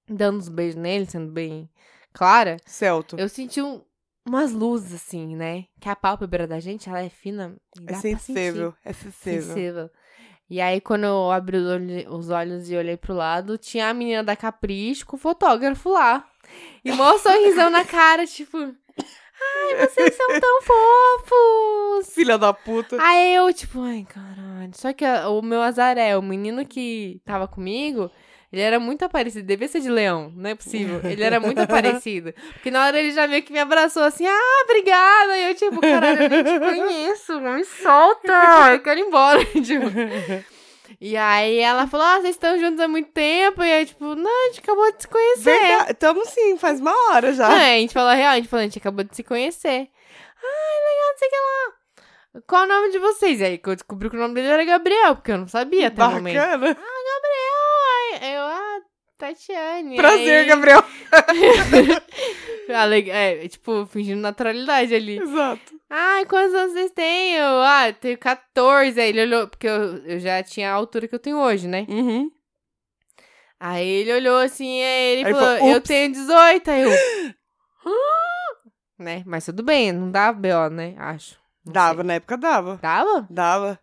Speaker 3: dando uns beijos nele, sendo bem clara,
Speaker 2: Celto.
Speaker 3: eu senti um- umas luzes, assim, né? Que a pálpebra da gente, ela é fina.
Speaker 2: É
Speaker 3: e dá pra sentir.
Speaker 2: sensível, é sensível.
Speaker 3: Sensível. E aí, quando eu abri os olhos, os olhos e olhei pro lado, tinha a menina da Capricho com o fotógrafo lá. E mó sorrisão na cara, tipo... Ai, vocês são tão fofos!
Speaker 2: Filha da puta.
Speaker 3: Aí eu, tipo, ai, caralho. Só que a- o meu azar é, o menino que tava comigo, ele era muito parecido. Devia ser de leão, não é possível. Ele era muito parecido. Porque na hora ele já meio que me abraçou assim, ah, obrigada. E eu, tipo, caralho, eu nem te conheço, não me solta. Eu quero ir embora, tipo. E aí ela falou, ah, vocês estão juntos há muito tempo. E eu, tipo, não, a gente acabou de se conhecer.
Speaker 2: Verdade. Tamo sim, faz uma hora já.
Speaker 3: Não, a gente falou real, a gente falou, a gente acabou de se conhecer. Ah, legal, não sei o que lá. Qual o nome de vocês? E aí que eu descobri que o nome dele era Gabriel, porque eu não sabia até o momento.
Speaker 2: Bacana.
Speaker 3: Gabriel! Aí eu, ah, Tatiane.
Speaker 2: Prazer,
Speaker 3: aí...
Speaker 2: Gabriel.
Speaker 3: Ah, legal, é, tipo, fingindo naturalidade ali.
Speaker 2: Exato.
Speaker 3: Ai, quantos anos vocês têm? Eu, ah, eu tenho 14. Aí ele olhou, porque eu, eu já tinha a altura que eu tenho hoje, né?
Speaker 2: Uhum.
Speaker 3: Aí ele olhou assim, aí ele
Speaker 2: Aí ele
Speaker 3: falou,
Speaker 2: falou,
Speaker 3: eu
Speaker 2: "Ups."
Speaker 3: tenho 18. Aí eu. "Ah?" né? Mas tudo bem, não dá BO, né? Acho. Não
Speaker 2: Dava, na época dava.
Speaker 3: sei. Dava?
Speaker 2: Dava.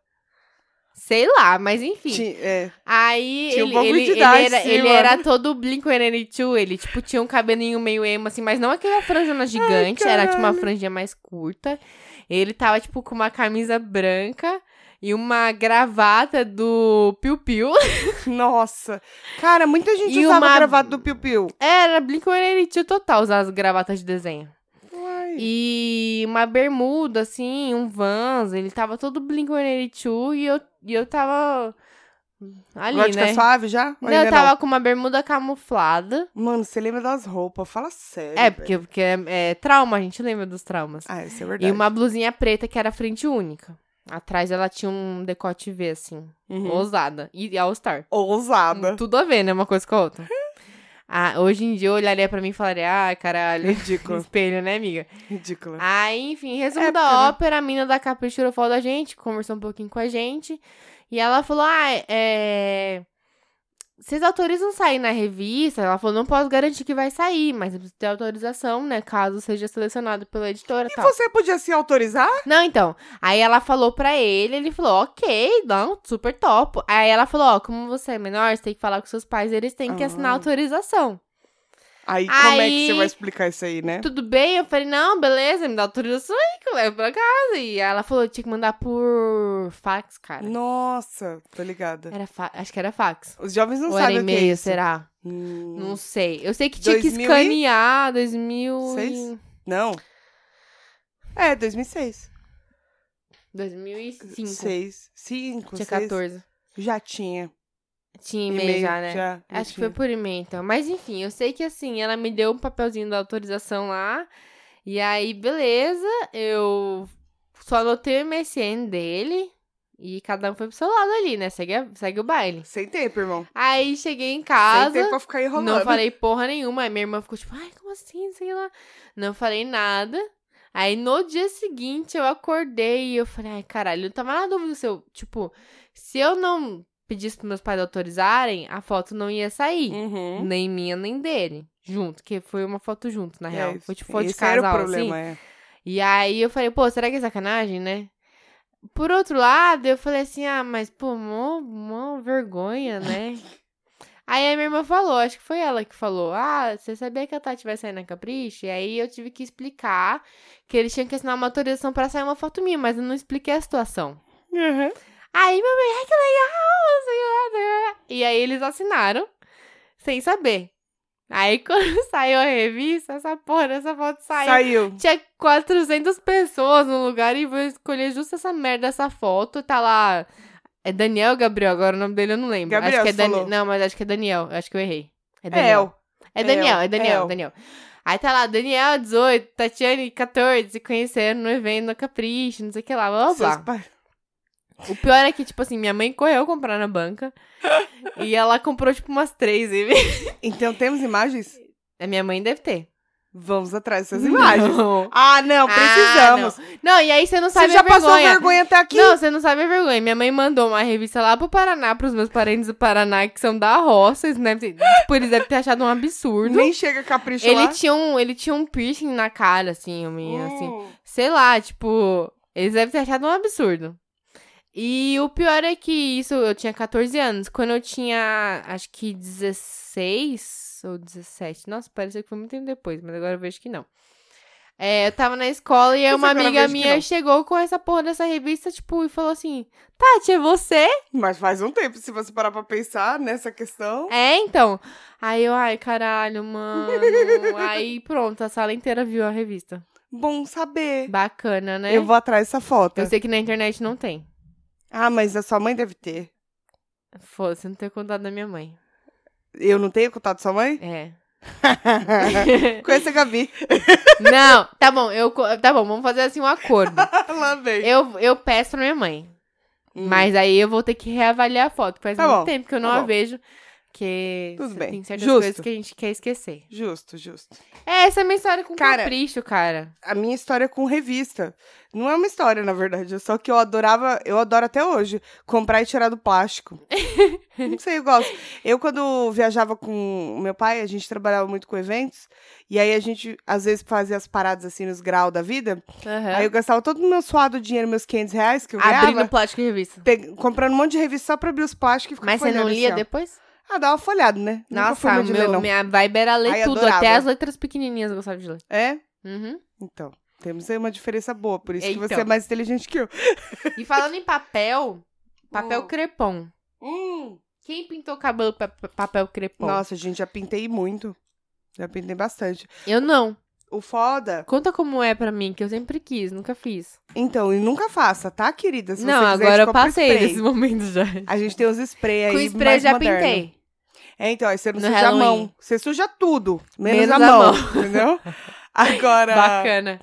Speaker 3: Sei lá, mas enfim.
Speaker 2: Tinha, é.
Speaker 3: Aí
Speaker 2: tinha um
Speaker 3: ele,
Speaker 2: pouco
Speaker 3: ele,
Speaker 2: de
Speaker 3: ele
Speaker 2: idade,
Speaker 3: era,
Speaker 2: sim,
Speaker 3: ele
Speaker 2: mano.
Speaker 3: era todo Blink-182, ele tipo tinha um cabelinho meio emo assim, mas não aquela franjona gigante, era tipo uma
Speaker 2: caralho.
Speaker 3: franjinha mais curta. Ele tava tipo com uma camisa branca e uma gravata do Piu Piu.
Speaker 2: Nossa. Cara, muita gente
Speaker 3: E
Speaker 2: usava
Speaker 3: uma-
Speaker 2: gravata do Piu Piu.
Speaker 3: Era Blink-182 total usar as gravatas de desenho.
Speaker 2: Uai.
Speaker 3: E uma bermuda, assim, um Vans. Ele tava todo Blink-182 e eu, e eu tava ali,
Speaker 2: Gótica
Speaker 3: né?
Speaker 2: suave já? Ou
Speaker 3: Não,
Speaker 2: ainda
Speaker 3: eu tava com uma bermuda camuflada.
Speaker 2: Mano, você lembra das roupas? Fala sério.
Speaker 3: É,
Speaker 2: velho.
Speaker 3: porque, porque é, é trauma, a gente lembra dos traumas.
Speaker 2: Ah, isso é verdade.
Speaker 3: E uma blusinha preta que era frente única. Atrás ela tinha um decote V, assim,
Speaker 2: Uhum.
Speaker 3: ousada. E e All-Star.
Speaker 2: Ousada.
Speaker 3: Tudo a ver, né? Uma coisa com a outra. Ah, hoje em dia eu olharia pra mim e falaria, ah, caralho,
Speaker 2: Ridícula.
Speaker 3: espelho, né, amiga?
Speaker 2: Ridícula.
Speaker 3: Aí, enfim, resumo
Speaker 2: Época,
Speaker 3: da
Speaker 2: né?
Speaker 3: ópera, a mina da Capricho tirou foto da gente, conversou um pouquinho com a gente. E ela falou: Ah, é. Vocês autorizam sair na revista? Ela falou: Não posso garantir que vai sair, mas eu preciso ter autorização, né? Caso seja selecionado pela editora e tal.
Speaker 2: Você podia se autorizar?
Speaker 3: Não, então. Aí ela falou pra ele, ele falou, ok, não, super top. Aí ela falou, ó, como você é menor, você tem que falar com seus pais, eles têm que
Speaker 2: Ah.
Speaker 3: assinar a autorização.
Speaker 2: Aí como é
Speaker 3: Aí-
Speaker 2: que você vai explicar isso aí, né?
Speaker 3: tudo bem? Eu falei, não, beleza, me dá autorização aí que eu levo pra casa. E ela falou, tinha que mandar por fax, cara.
Speaker 2: Nossa, tô ligada.
Speaker 3: Era fa- Acho que era fax.
Speaker 2: Os jovens não
Speaker 3: Ou era
Speaker 2: sabem o que é
Speaker 3: e-mail,
Speaker 2: isso.
Speaker 3: será?
Speaker 2: Hum,
Speaker 3: Não sei. Eu sei que tinha que
Speaker 2: 2000 e-
Speaker 3: escanear, 2000
Speaker 2: Seis?
Speaker 3: e...
Speaker 2: Não. É, 2006.
Speaker 3: 2005.
Speaker 2: 6, 5,
Speaker 3: Tinha
Speaker 2: 6.
Speaker 3: 14.
Speaker 2: Já tinha.
Speaker 3: Tinha e-mail já, né?
Speaker 2: já
Speaker 3: Acho que
Speaker 2: tinha.
Speaker 3: foi por e-mail, então. Mas enfim, eu sei que assim, ela me deu um papelzinho da autorização lá. E aí, beleza, eu só anotei o MSN dele. E cada um foi pro seu lado ali, né? Segue, a- segue o baile.
Speaker 2: Sem tempo, irmão.
Speaker 3: Aí cheguei em
Speaker 2: Sem tempo
Speaker 3: casa.
Speaker 2: pra ficar enrolando.
Speaker 3: Não falei porra nenhuma. Aí minha irmã ficou tipo, ai, como assim? Sei lá. Não falei nada. Aí no dia seguinte eu acordei e eu falei, ai, caralho, eu tava na dúvida se eu, tipo, se eu não pedisse pros meus pais autorizarem, a foto não ia sair.
Speaker 2: Uhum.
Speaker 3: Nem minha, nem dele. Junto, que foi uma foto junto, na real.
Speaker 2: É,
Speaker 3: foi tipo foto de
Speaker 2: esse era
Speaker 3: casal,
Speaker 2: o problema,
Speaker 3: assim.
Speaker 2: é.
Speaker 3: E aí eu falei, pô, será que é sacanagem, né? Por outro lado, eu falei assim, ah, mas pô, mó, mó vergonha, né? Aí a minha irmã falou, acho que foi ela que falou: Ah, você sabia que a Tati vai sair na Capricho? E aí eu tive que explicar que eles tinham que assinar uma autorização pra sair uma foto minha, mas eu não expliquei a situação.
Speaker 2: Uhum.
Speaker 3: Aí minha mãe, ai que legal! não sei o que lá, não sei o que lá." E aí eles assinaram, sem saber. Aí quando saiu a revista, essa porra dessa foto saiu.
Speaker 2: Saiu.
Speaker 3: Tinha 400 pessoas no lugar e vou escolher justo essa merda, essa foto. Tá lá. É Daniel ou Gabriel, agora o nome dele eu não lembro.
Speaker 2: Gabriel,
Speaker 3: acho que é
Speaker 2: você
Speaker 3: Dani-
Speaker 2: falou.
Speaker 3: Não, mas acho que é Daniel. Acho que eu errei. É
Speaker 2: É,
Speaker 3: Daniel.
Speaker 2: o-
Speaker 3: É Daniel,
Speaker 2: El,
Speaker 3: é Daniel,
Speaker 2: El.
Speaker 3: Daniel. Aí tá lá, Daniel, 18, Tatiane, 14, se conheceram no evento, no Capricho, não sei o que lá, blá blá
Speaker 2: seus
Speaker 3: blá.
Speaker 2: pais-
Speaker 3: O pior é que, tipo assim, minha mãe correu comprar na banca e ela comprou, tipo, umas três. E...
Speaker 2: Então temos imagens?
Speaker 3: A minha mãe deve ter.
Speaker 2: Vamos atrás dessas imagens.
Speaker 3: Não.
Speaker 2: Ah, não,
Speaker 3: Ah,
Speaker 2: precisamos.
Speaker 3: não. não, e aí você não
Speaker 2: Você
Speaker 3: sabe
Speaker 2: já
Speaker 3: a vergonha.
Speaker 2: passou vergonha até aqui?
Speaker 3: Não, você não sabe a vergonha. Minha mãe mandou uma revista lá pro Paraná, pros meus parentes do Paraná, que são da roça. Eles devem ter, tipo, eles devem ter achado um absurdo.
Speaker 2: Nem chega capricho
Speaker 3: Ele
Speaker 2: lá.
Speaker 3: tinha, um, ele tinha um piercing na cara, assim, o menino, assim.
Speaker 2: Hum.
Speaker 3: Sei lá, tipo, eles devem ter achado um absurdo. E o pior é que isso, eu tinha 14 anos. Quando eu tinha, acho que 16 ou 17. Nossa, parecia que foi muito tempo depois, mas agora eu vejo que não. É, eu tava na escola e aí
Speaker 2: Mas
Speaker 3: uma
Speaker 2: agora eu
Speaker 3: amiga
Speaker 2: vejo que não.
Speaker 3: minha chegou com essa porra dessa revista, tipo, e falou assim: Tati, é você?
Speaker 2: Mas faz um tempo, se você parar pra pensar nessa questão.
Speaker 3: É, então. Aí eu, ai, caralho, mano. aí pronto, a sala inteira viu a revista.
Speaker 2: Bom saber.
Speaker 3: Bacana, né?
Speaker 2: Eu vou atrás dessa foto.
Speaker 3: eu sei que na internet não tem.
Speaker 2: Ah, mas a sua mãe deve ter.
Speaker 3: Foda-se, não ter contado da minha mãe.
Speaker 2: Eu não tenho contato da sua mãe?
Speaker 3: É.
Speaker 2: Conheço a Gabi.
Speaker 3: não, tá bom, eu, co- tá bom, vamos fazer assim um acordo.
Speaker 2: Lá vem.
Speaker 3: Eu, eu peço pra minha mãe, mas aí eu vou ter que reavaliar a foto. Faz
Speaker 2: Hum. Tá
Speaker 3: muito
Speaker 2: bom,
Speaker 3: tempo que eu não
Speaker 2: tá
Speaker 3: a
Speaker 2: bom.
Speaker 3: vejo, porque
Speaker 2: Tudo
Speaker 3: cê-
Speaker 2: bem,
Speaker 3: tem certas
Speaker 2: justo.
Speaker 3: coisas que a gente quer esquecer.
Speaker 2: Justo, justo.
Speaker 3: É, essa é a minha história com
Speaker 2: Cara-
Speaker 3: capricho, cara.
Speaker 2: a minha história com revista. Não é uma história, na verdade. É só que eu adorava, eu adoro até hoje, comprar e tirar do plástico. não sei, eu gosto. Eu, quando viajava com o meu pai, a gente trabalhava muito com eventos. E aí a gente, às vezes, fazia as paradas assim nos graus da vida.
Speaker 3: Aham.
Speaker 2: Aí eu gastava todo o meu suado dinheiro, meus 500 reais que eu
Speaker 3: Tá. Abrindo
Speaker 2: ganhava.
Speaker 3: plástico e revista.
Speaker 2: pe- Comprando um monte de revista só pra abrir os plásticos e ficar
Speaker 3: Mas você não
Speaker 2: folheando
Speaker 3: lia
Speaker 2: assim, ó.
Speaker 3: depois?
Speaker 2: Ah, dava uma folhada, né? Nunca fui
Speaker 3: Nossa,
Speaker 2: muito de ler,
Speaker 3: meu-
Speaker 2: não.
Speaker 3: minha vibe era ler
Speaker 2: Ai,
Speaker 3: tudo,
Speaker 2: adorava.
Speaker 3: até as letras pequenininhas eu gostava de ler.
Speaker 2: É?
Speaker 3: Uhum.
Speaker 2: Então, temos aí uma diferença boa. Por isso que você
Speaker 3: Então.
Speaker 2: é mais inteligente que eu.
Speaker 3: E falando em papel, papel
Speaker 2: Hum.
Speaker 3: crepom. Quem pintou cabelo pa- pa- papel crepom?
Speaker 2: Nossa, gente, já pintei muito. Já pintei bastante.
Speaker 3: Eu não.
Speaker 2: O foda.
Speaker 3: Conta como é pra mim, que eu sempre quis, nunca fiz.
Speaker 2: Então, e nunca faça, tá, querida? Se
Speaker 3: não,
Speaker 2: você quiser, a
Speaker 3: agora
Speaker 2: gente
Speaker 3: eu
Speaker 2: compra
Speaker 3: passei
Speaker 2: spray.
Speaker 3: nesse momento já.
Speaker 2: A gente tem os spray aí.
Speaker 3: Com spray
Speaker 2: mais
Speaker 3: já
Speaker 2: moderno.
Speaker 3: pintei.
Speaker 2: É, então, aí você não
Speaker 3: No
Speaker 2: suja
Speaker 3: Halloween.
Speaker 2: a mão. Você suja tudo, menos,
Speaker 3: Menos
Speaker 2: a,
Speaker 3: a
Speaker 2: mão, Entendeu? Agora,
Speaker 3: Bacana.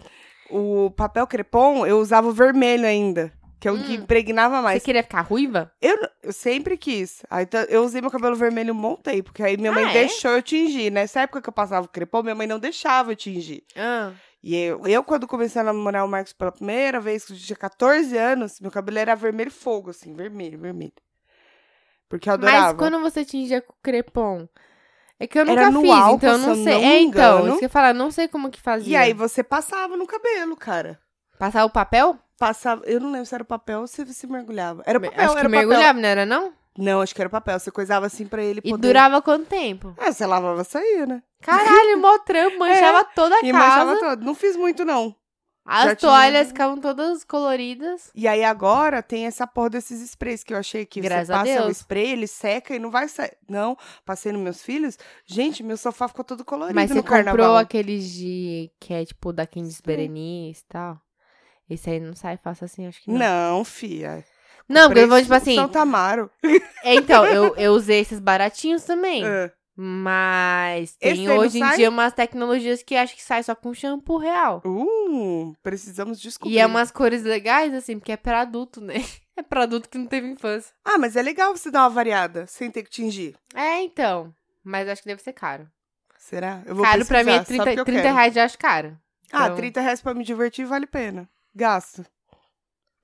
Speaker 2: o papel crepom, eu usava o vermelho ainda. Que é o que
Speaker 3: Hum.
Speaker 2: impregnava mais.
Speaker 3: Você queria ficar ruiva?
Speaker 2: Eu, eu sempre quis. Aí, tá- eu usei meu cabelo vermelho um bom tempo. Porque aí minha mãe
Speaker 3: Ah, é?
Speaker 2: deixou eu tingir. Nessa época que eu passava o crepom, minha mãe não deixava eu tingir.
Speaker 3: Ah.
Speaker 2: E eu, eu, quando comecei a namorar o Marcos pela primeira vez, que eu tinha 14 anos, meu cabelo era vermelho fogo, assim, vermelho, vermelho. Porque eu adorava.
Speaker 3: Mas quando você tingia com crepom? É que eu nunca
Speaker 2: Era no
Speaker 3: fiz,
Speaker 2: álcool,
Speaker 3: então eu
Speaker 2: se
Speaker 3: não
Speaker 2: eu
Speaker 3: sei.
Speaker 2: não
Speaker 3: é,
Speaker 2: me
Speaker 3: então,
Speaker 2: engano.
Speaker 3: isso que eu ia falar, não sei como que fazia.
Speaker 2: E aí você passava no cabelo, cara.
Speaker 3: Passar o papel?
Speaker 2: Passava, eu não lembro se era o papel ou se você mergulhava. Era o papel,
Speaker 3: acho que
Speaker 2: era o papel.
Speaker 3: mergulhava, não era não?
Speaker 2: Não, acho que era o papel. Você coisava assim pra ele
Speaker 3: E
Speaker 2: poder.
Speaker 3: durava quanto tempo?
Speaker 2: Ah, você lavava saía, né?
Speaker 3: Caralho, mó trampo, manchava toda a
Speaker 2: É. E
Speaker 3: casa.
Speaker 2: manchava todo. Não fiz muito, não.
Speaker 3: As
Speaker 2: Já tinha-
Speaker 3: toalhas ficavam todas coloridas.
Speaker 2: E aí agora tem essa porra desses sprays que eu achei que
Speaker 3: Graças
Speaker 2: você
Speaker 3: a
Speaker 2: passa o
Speaker 3: Deus.
Speaker 2: spray, ele seca e não vai sair. Não, passei nos meus filhos. Gente, meu sofá ficou todo colorido
Speaker 3: Mas
Speaker 2: no
Speaker 3: você comprou
Speaker 2: carnaval.
Speaker 3: aqueles de. que é tipo da Candice Berenice e tal. Esse aí não sai fácil assim, acho que não.
Speaker 2: Não, fia.
Speaker 3: não porque eu vou,
Speaker 2: Comprei
Speaker 3: tipo assim.
Speaker 2: São Tamaro.
Speaker 3: é, Então, eu, eu usei esses baratinhos também.
Speaker 2: Ah,
Speaker 3: Mas
Speaker 2: Esse
Speaker 3: tem
Speaker 2: aí não
Speaker 3: hoje em
Speaker 2: sai?
Speaker 3: dia umas tecnologias que acho que sai só com shampoo real.
Speaker 2: Uh, precisamos descobrir.
Speaker 3: E é umas cores legais, assim, porque é pra adulto, né? É pra adulto que não teve infância.
Speaker 2: Ah, mas é legal você dar uma variada, sem ter que tingir.
Speaker 3: É, então. Mas acho que deve ser caro.
Speaker 2: Será? Eu vou
Speaker 3: Caro pra mim é
Speaker 2: pesquisar, só
Speaker 3: 30,
Speaker 2: porque eu
Speaker 3: 30
Speaker 2: quero.
Speaker 3: reais, já acho caro.
Speaker 2: Ah,
Speaker 3: então.
Speaker 2: 30 reais pra me divertir vale a pena. Gasto.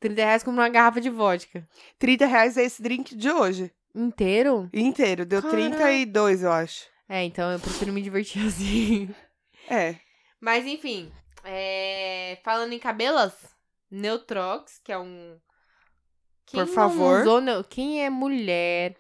Speaker 3: 30 reais compra uma garrafa de vodka.
Speaker 2: 30 reais é esse drink de hoje.
Speaker 3: Inteiro?
Speaker 2: Inteiro. Deu
Speaker 3: Caraca.
Speaker 2: 32, eu acho.
Speaker 3: É, então eu prefiro me divertir assim.
Speaker 2: É.
Speaker 3: Mas enfim, é, falando em cabelos, Neutrox, que é um. Quem
Speaker 2: Por
Speaker 3: não
Speaker 2: favor.
Speaker 3: usou neu- Quem é mulher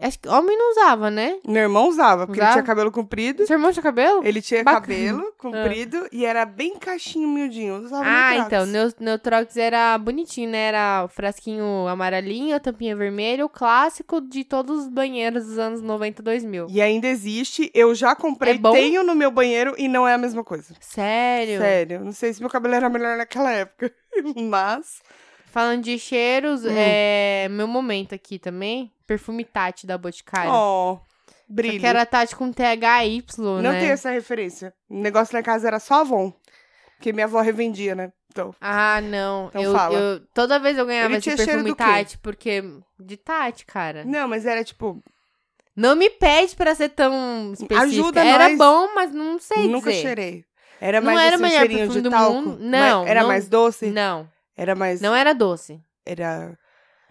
Speaker 3: Acho que homem não usava, né?
Speaker 2: Meu irmão usava, porque
Speaker 3: Usava?
Speaker 2: ele tinha cabelo comprido.
Speaker 3: Seu irmão tinha cabelo?
Speaker 2: Ele tinha
Speaker 3: Bacana.
Speaker 2: cabelo comprido e era bem caixinho, miudinho. Usava
Speaker 3: Ah,
Speaker 2: Neutrox.
Speaker 3: então, Neu- Neutrox era bonitinho, né? Era o frasquinho amarelinho, a tampinha vermelha, o clássico de todos os banheiros dos anos 90, 2000.
Speaker 2: E ainda existe. Eu já comprei,
Speaker 3: É bom?
Speaker 2: tenho no meu banheiro e não é a mesma coisa.
Speaker 3: Sério?
Speaker 2: Sério. Não sei se meu cabelo era melhor naquela época. Mas.
Speaker 3: Falando de cheiros,
Speaker 2: Hum.
Speaker 3: é meu momento aqui também. Perfume Tati da Boticário.
Speaker 2: Ó.
Speaker 3: Só
Speaker 2: brilho.
Speaker 3: que era Tati com THY,
Speaker 2: Não
Speaker 3: né?
Speaker 2: tem essa referência. O negócio lá em casa era só Avon. Que minha avó revendia, né? Então.
Speaker 3: Ah, não.
Speaker 2: Então
Speaker 3: eu,
Speaker 2: fala.
Speaker 3: eu- toda vez eu ganhava
Speaker 2: Ele
Speaker 3: esse
Speaker 2: tinha cheiro
Speaker 3: perfume
Speaker 2: do quê?
Speaker 3: Tati, porque. De Tati, cara.
Speaker 2: Não, mas era tipo.
Speaker 3: Não me pede pra ser tão específica.
Speaker 2: Ajuda
Speaker 3: era
Speaker 2: nós.
Speaker 3: bom, mas não sei
Speaker 2: nunca
Speaker 3: dizer.
Speaker 2: cheirei. Era
Speaker 3: Não
Speaker 2: mais
Speaker 3: era o
Speaker 2: assim,
Speaker 3: melhor
Speaker 2: cheirinho
Speaker 3: perfume
Speaker 2: de
Speaker 3: do
Speaker 2: talco.
Speaker 3: mundo.
Speaker 2: mas
Speaker 3: Não,
Speaker 2: Era
Speaker 3: não-
Speaker 2: mais doce.
Speaker 3: Não,
Speaker 2: Era mais.
Speaker 3: não é- um era doce.
Speaker 2: Era.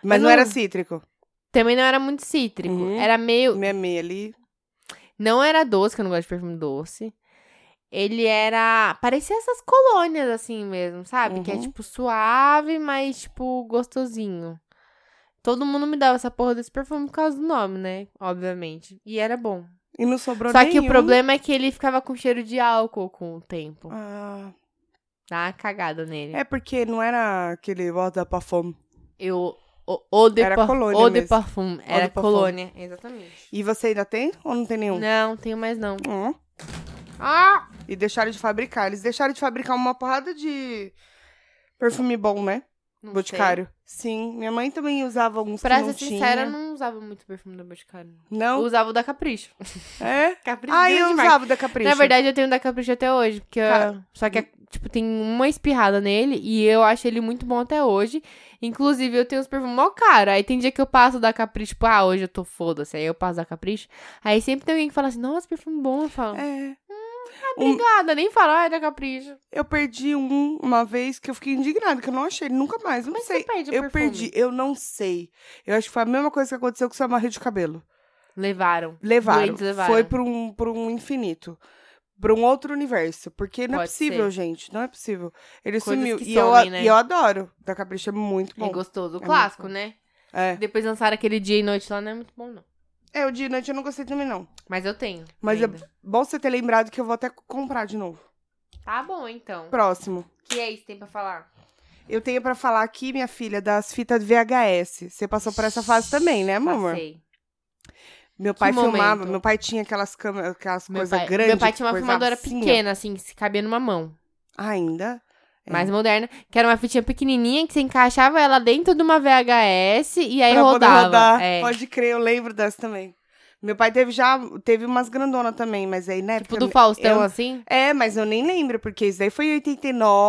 Speaker 2: Mas não,
Speaker 3: não-
Speaker 2: era cítrico.
Speaker 3: Também não era muito cítrico.
Speaker 2: Uhum.
Speaker 3: Era meio.
Speaker 2: Minha meia ali.
Speaker 3: Não era doce, que eu não gosto de perfume doce. Ele era. Parecia essas colônias assim mesmo, sabe? Que é
Speaker 2: Uhum.
Speaker 3: tipo suave, mas tipo gostosinho. Todo mundo me dava essa porra desse perfume por causa do nome, né? Obviamente. E era bom.
Speaker 2: E não sobrou
Speaker 3: Só que o
Speaker 2: nenhum.
Speaker 3: problema é que ele ficava com cheiro de álcool com o tempo.
Speaker 2: Ah,
Speaker 3: Dá uma cagada nele.
Speaker 2: é porque não era aquele Water pra fome.
Speaker 3: Eu. O, o de
Speaker 2: Era
Speaker 3: par-
Speaker 2: colônia
Speaker 3: o de
Speaker 2: mesmo.
Speaker 3: parfum. Era
Speaker 2: parfum.
Speaker 3: colônia. Exatamente.
Speaker 2: E você ainda tem ou não tem nenhum?
Speaker 3: Não, tenho mais não.
Speaker 2: Hum.
Speaker 3: Ah!
Speaker 2: E deixaram de fabricar. Eles deixaram de fabricar uma porrada de perfume bom, né?
Speaker 3: não
Speaker 2: Boticário. Sim, minha mãe também usava alguns
Speaker 3: sei. Pra
Speaker 2: que não
Speaker 3: ser sincera, eu
Speaker 2: tinha.
Speaker 3: não usava muito perfume da Boticário. Eu
Speaker 2: Não?
Speaker 3: usava o da Capricho.
Speaker 2: É?
Speaker 3: Capricho
Speaker 2: Ah,
Speaker 3: grande
Speaker 2: eu
Speaker 3: demais.
Speaker 2: usava da Capricho.
Speaker 3: Na verdade, eu tenho o da Capricho até hoje. Porque eu-
Speaker 2: Cara,
Speaker 3: Só que, tipo, tem uma espirrada nele e eu acho ele muito bom até hoje. Inclusive, eu tenho os perfumes mó caro. Aí tem dia que eu passo da Capricho, tipo, ah, hoje eu tô foda-se. Aí eu passo da Capricho. Aí sempre tem alguém que fala assim, nossa, perfume bom. Eu falo,
Speaker 2: É. um-
Speaker 3: obrigada, nem fala, ah, é da Capricho.
Speaker 2: Eu perdi um uma vez que eu fiquei indignada, que eu não achei ele nunca mais. Não
Speaker 3: Mas
Speaker 2: sei.
Speaker 3: você perde o
Speaker 2: eu
Speaker 3: perfume.
Speaker 2: perdi, eu não sei. Eu acho que foi a mesma coisa que aconteceu com seu amarre de cabelo.
Speaker 3: Levaram.
Speaker 2: Levaram.
Speaker 3: Doentes levaram.
Speaker 2: Foi pra um, pra um infinito. Pra um outro universo. Porque não é
Speaker 3: Pode
Speaker 2: possível,
Speaker 3: ser.
Speaker 2: gente. Não é possível. Ele
Speaker 3: Coisas
Speaker 2: sumiu.
Speaker 3: que
Speaker 2: E,
Speaker 3: somem,
Speaker 2: eu,
Speaker 3: né?
Speaker 2: e eu adoro. Da Capricha é muito
Speaker 3: é
Speaker 2: bom.
Speaker 3: gostoso. O
Speaker 2: é
Speaker 3: clássico,
Speaker 2: muito
Speaker 3: né?
Speaker 2: É.
Speaker 3: Depois lançaram aquele dia e noite lá, não é muito bom, não.
Speaker 2: É, o de noite eu não gostei também, não.
Speaker 3: Mas eu tenho.
Speaker 2: Mas é
Speaker 3: ainda.
Speaker 2: bom você ter lembrado que eu vou até comprar de novo.
Speaker 3: Tá bom, então.
Speaker 2: Próximo.
Speaker 3: O que é isso que tem pra falar?
Speaker 2: Eu tenho pra falar aqui, minha filha, das fitas VHS. Você passou por essa fase também, né, mamãe?
Speaker 3: Passei.
Speaker 2: Meu pai
Speaker 3: Que
Speaker 2: filmava,
Speaker 3: momento?
Speaker 2: meu pai tinha aquelas câmeras, aquelas
Speaker 3: Meu
Speaker 2: coisas
Speaker 3: pai,
Speaker 2: grandes.
Speaker 3: meu pai tinha uma
Speaker 2: coisa
Speaker 3: filmadora
Speaker 2: assim, ó.
Speaker 3: pequena, assim, que se cabia numa mão.
Speaker 2: Ainda. É.
Speaker 3: Mais moderna. Que era uma fitinha pequenininha que você encaixava ela dentro de uma VHS e aí
Speaker 2: pra
Speaker 3: rodava.
Speaker 2: poder rodar.
Speaker 3: É.
Speaker 2: Pode crer, eu lembro dessa também. Meu pai teve já, teve umas grandona também, mas aí na
Speaker 3: Tipo
Speaker 2: época...
Speaker 3: do Faustão,
Speaker 2: eu-
Speaker 3: assim.
Speaker 2: É, mas eu nem lembro, porque isso daí foi em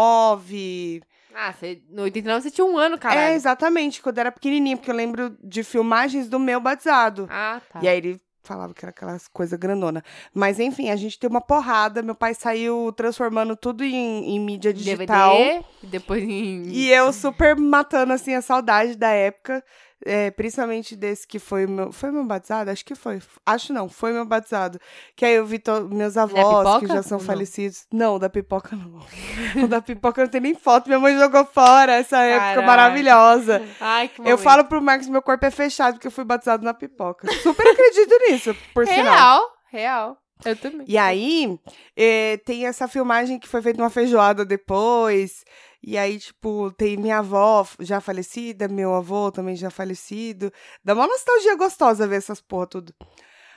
Speaker 2: 89.
Speaker 3: Ah, você, no 89 você tinha um ano,
Speaker 2: É,
Speaker 3: caralho.
Speaker 2: exatamente, quando eu era pequenininha, porque eu lembro de filmagens do meu batizado.
Speaker 3: Ah, tá.
Speaker 2: E aí ele falava que era aquelas coisas grandona. Mas enfim, a gente teve uma porrada, meu pai saiu transformando tudo em, em mídia digital.
Speaker 3: DVD, depois em...
Speaker 2: E eu super matando, assim, a saudade da época. é, principalmente desse que foi o meu... Foi meu batizado? Acho que foi. Acho não, foi meu batizado. Que aí eu vi to- meus avós, que
Speaker 3: pipoca
Speaker 2: já são
Speaker 3: ou não?
Speaker 2: falecidos. Não, o da pipoca não. o da pipoca não tem nem foto. Minha mãe jogou fora essa época
Speaker 3: Caraca.
Speaker 2: maravilhosa.
Speaker 3: Ai, que
Speaker 2: Eu
Speaker 3: momento.
Speaker 2: falo pro Marcos, meu corpo é fechado, porque eu fui batizado na pipoca. Super acredito nisso,
Speaker 3: É
Speaker 2: por sinal.
Speaker 3: Real, real. Eu também.
Speaker 2: E aí, eh, tem essa filmagem que foi feita uma feijoada depois. E aí, tipo, tem minha avó já falecida, meu avô também já falecido. Dá uma nostalgia gostosa ver essas porra tudo.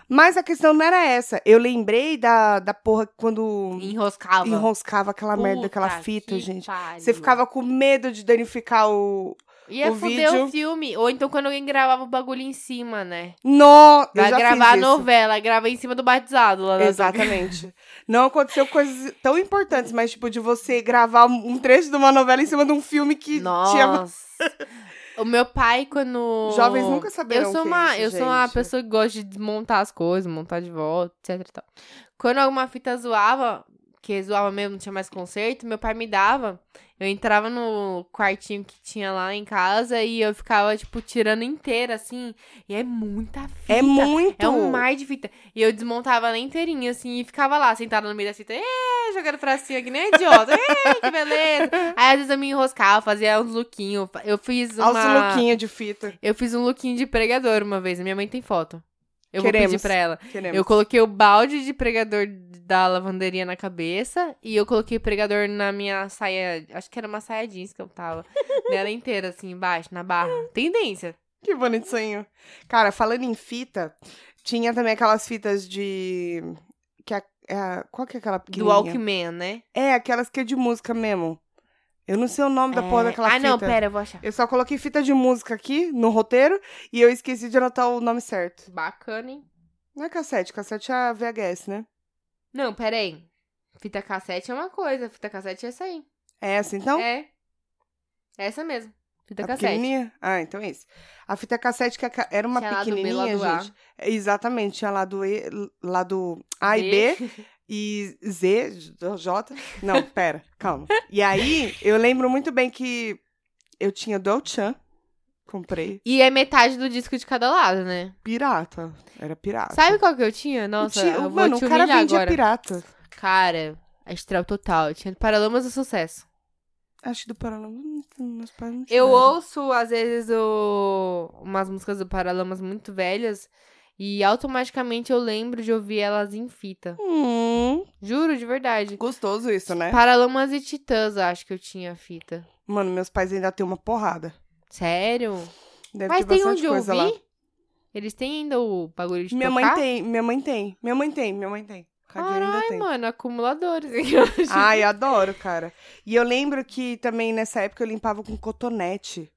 Speaker 2: Mas a questão não era essa. Eu lembrei da, da porra quando
Speaker 3: Enroscava.
Speaker 2: enroscava aquela merda, aquela
Speaker 3: Puta
Speaker 2: fita,
Speaker 3: que
Speaker 2: gente.
Speaker 3: pariu.
Speaker 2: Você ficava com medo de danificar o.
Speaker 3: Ia
Speaker 2: o
Speaker 3: fuder
Speaker 2: vídeo.
Speaker 3: o filme. Ou então quando alguém gravava o bagulho em cima, né?
Speaker 2: No... Eu
Speaker 3: Vai
Speaker 2: já
Speaker 3: gravar a
Speaker 2: fiz isso.
Speaker 3: novela, grava em cima do batizado lá na
Speaker 2: Exatamente. Não aconteceu coisas tão importantes, mas, tipo, de você gravar um trecho de uma novela em cima de um filme que tinha.
Speaker 3: Nossa. o meu pai, quando.
Speaker 2: Jovens nunca saberão
Speaker 3: Eu sou
Speaker 2: o que é
Speaker 3: uma,
Speaker 2: isso,
Speaker 3: eu sou uma
Speaker 2: gente.
Speaker 3: pessoa que gosta de desmontar as coisas, montar de volta, etc. e tal. Quando alguma fita zoava, que zoava mesmo, não tinha mais conserto, meu pai me dava. Eu entrava no quartinho que tinha lá em casa e eu ficava, tipo, tirando inteira, assim. E é muita fita.
Speaker 2: É muito.
Speaker 3: um É um mar de fita. E eu desmontava ela inteirinha, assim, e ficava lá, sentada no meio da fita. "Ê, "Ê", jogando pra cima, que nem um idiota. "Ê, que beleza. Aí às vezes eu me enroscava, fazia uns lookinhos. Eu fiz uma...
Speaker 2: Olha os lookinhos de fita.
Speaker 3: Eu fiz um lookinho de pregador uma vez. Minha mãe tem foto. Eu
Speaker 2: Queremos.
Speaker 3: vou pedir pra ela.
Speaker 2: Queremos.
Speaker 3: Eu coloquei o balde de pregador da lavanderia na cabeça e eu coloquei pregador na minha saia. Acho que era uma saia jeans que eu tava. nela inteira, assim, embaixo, na barra. Tendência.
Speaker 2: Que bonitinho. Cara, falando em fita, tinha também aquelas fitas de... Que a, é a- qual que é aquela
Speaker 3: Do
Speaker 2: pequenininha?
Speaker 3: Walkman, né?
Speaker 2: É, aquelas que é de música mesmo. Eu não sei o nome da
Speaker 3: É.
Speaker 2: porra daquela
Speaker 3: ah,
Speaker 2: fita.
Speaker 3: não, pera, eu vou achar.
Speaker 2: Eu só coloquei fita de música aqui no roteiro e eu esqueci de anotar o nome certo.
Speaker 3: Bacana, hein?
Speaker 2: Não é cassete, cassete é a VHS, né?
Speaker 3: Não, pera aí. Fita cassete é uma coisa, fita cassete é essa aí.
Speaker 2: É essa então?
Speaker 3: É. É essa mesmo. Fita
Speaker 2: a
Speaker 3: cassete.
Speaker 2: pequenininha? Ah, então é isso. A fita cassete que a- era uma
Speaker 3: Tinha lado B,
Speaker 2: pequenininha,
Speaker 3: lado A.
Speaker 2: gente. É, Exatamente, tinha lado E, lado A e B e Z, J- J. Não, pera, calma. E aí, eu lembro muito bem que eu tinha do Chan, comprei
Speaker 3: E é metade do disco de cada lado, né?
Speaker 2: pirata, era pirata.
Speaker 3: Sabe qual que eu tinha?
Speaker 2: Ah, tá. Eu
Speaker 3: Nossa,
Speaker 2: tinha-
Speaker 3: eu vou
Speaker 2: mano,
Speaker 3: te
Speaker 2: o cara
Speaker 3: humilhar
Speaker 2: vendia
Speaker 3: agora.
Speaker 2: pirata.
Speaker 3: Cara, a Estrela Total. Eu tinha Paralamas do Sucesso.
Speaker 2: Acho que do Paraná. hum, Meus pais não
Speaker 3: Eu
Speaker 2: tiveram.
Speaker 3: ouço, às vezes, o... umas músicas do Paralamas muito velhas e automaticamente eu lembro de ouvir elas em fita.
Speaker 2: Hum,
Speaker 3: Juro, de verdade.
Speaker 2: gostoso isso, né?
Speaker 3: Paralamas e Titãs, eu acho que eu tinha a fita.
Speaker 2: Mano, meus pais ainda têm uma porrada.
Speaker 3: Sério?
Speaker 2: Deve ter
Speaker 3: Mas tem
Speaker 2: bastante
Speaker 3: onde
Speaker 2: coisa
Speaker 3: ouvir?
Speaker 2: lá.
Speaker 3: Eles têm ainda o bagulho de
Speaker 2: Minha
Speaker 3: tocar?
Speaker 2: mãe tem, minha mãe tem, minha mãe tem, minha mãe tem. Cadê ainda
Speaker 3: Ai,
Speaker 2: tem?
Speaker 3: mano, acumuladores. eu acho.
Speaker 2: Ai, adoro, cara. E eu lembro que também nessa época eu limpava com cotonete.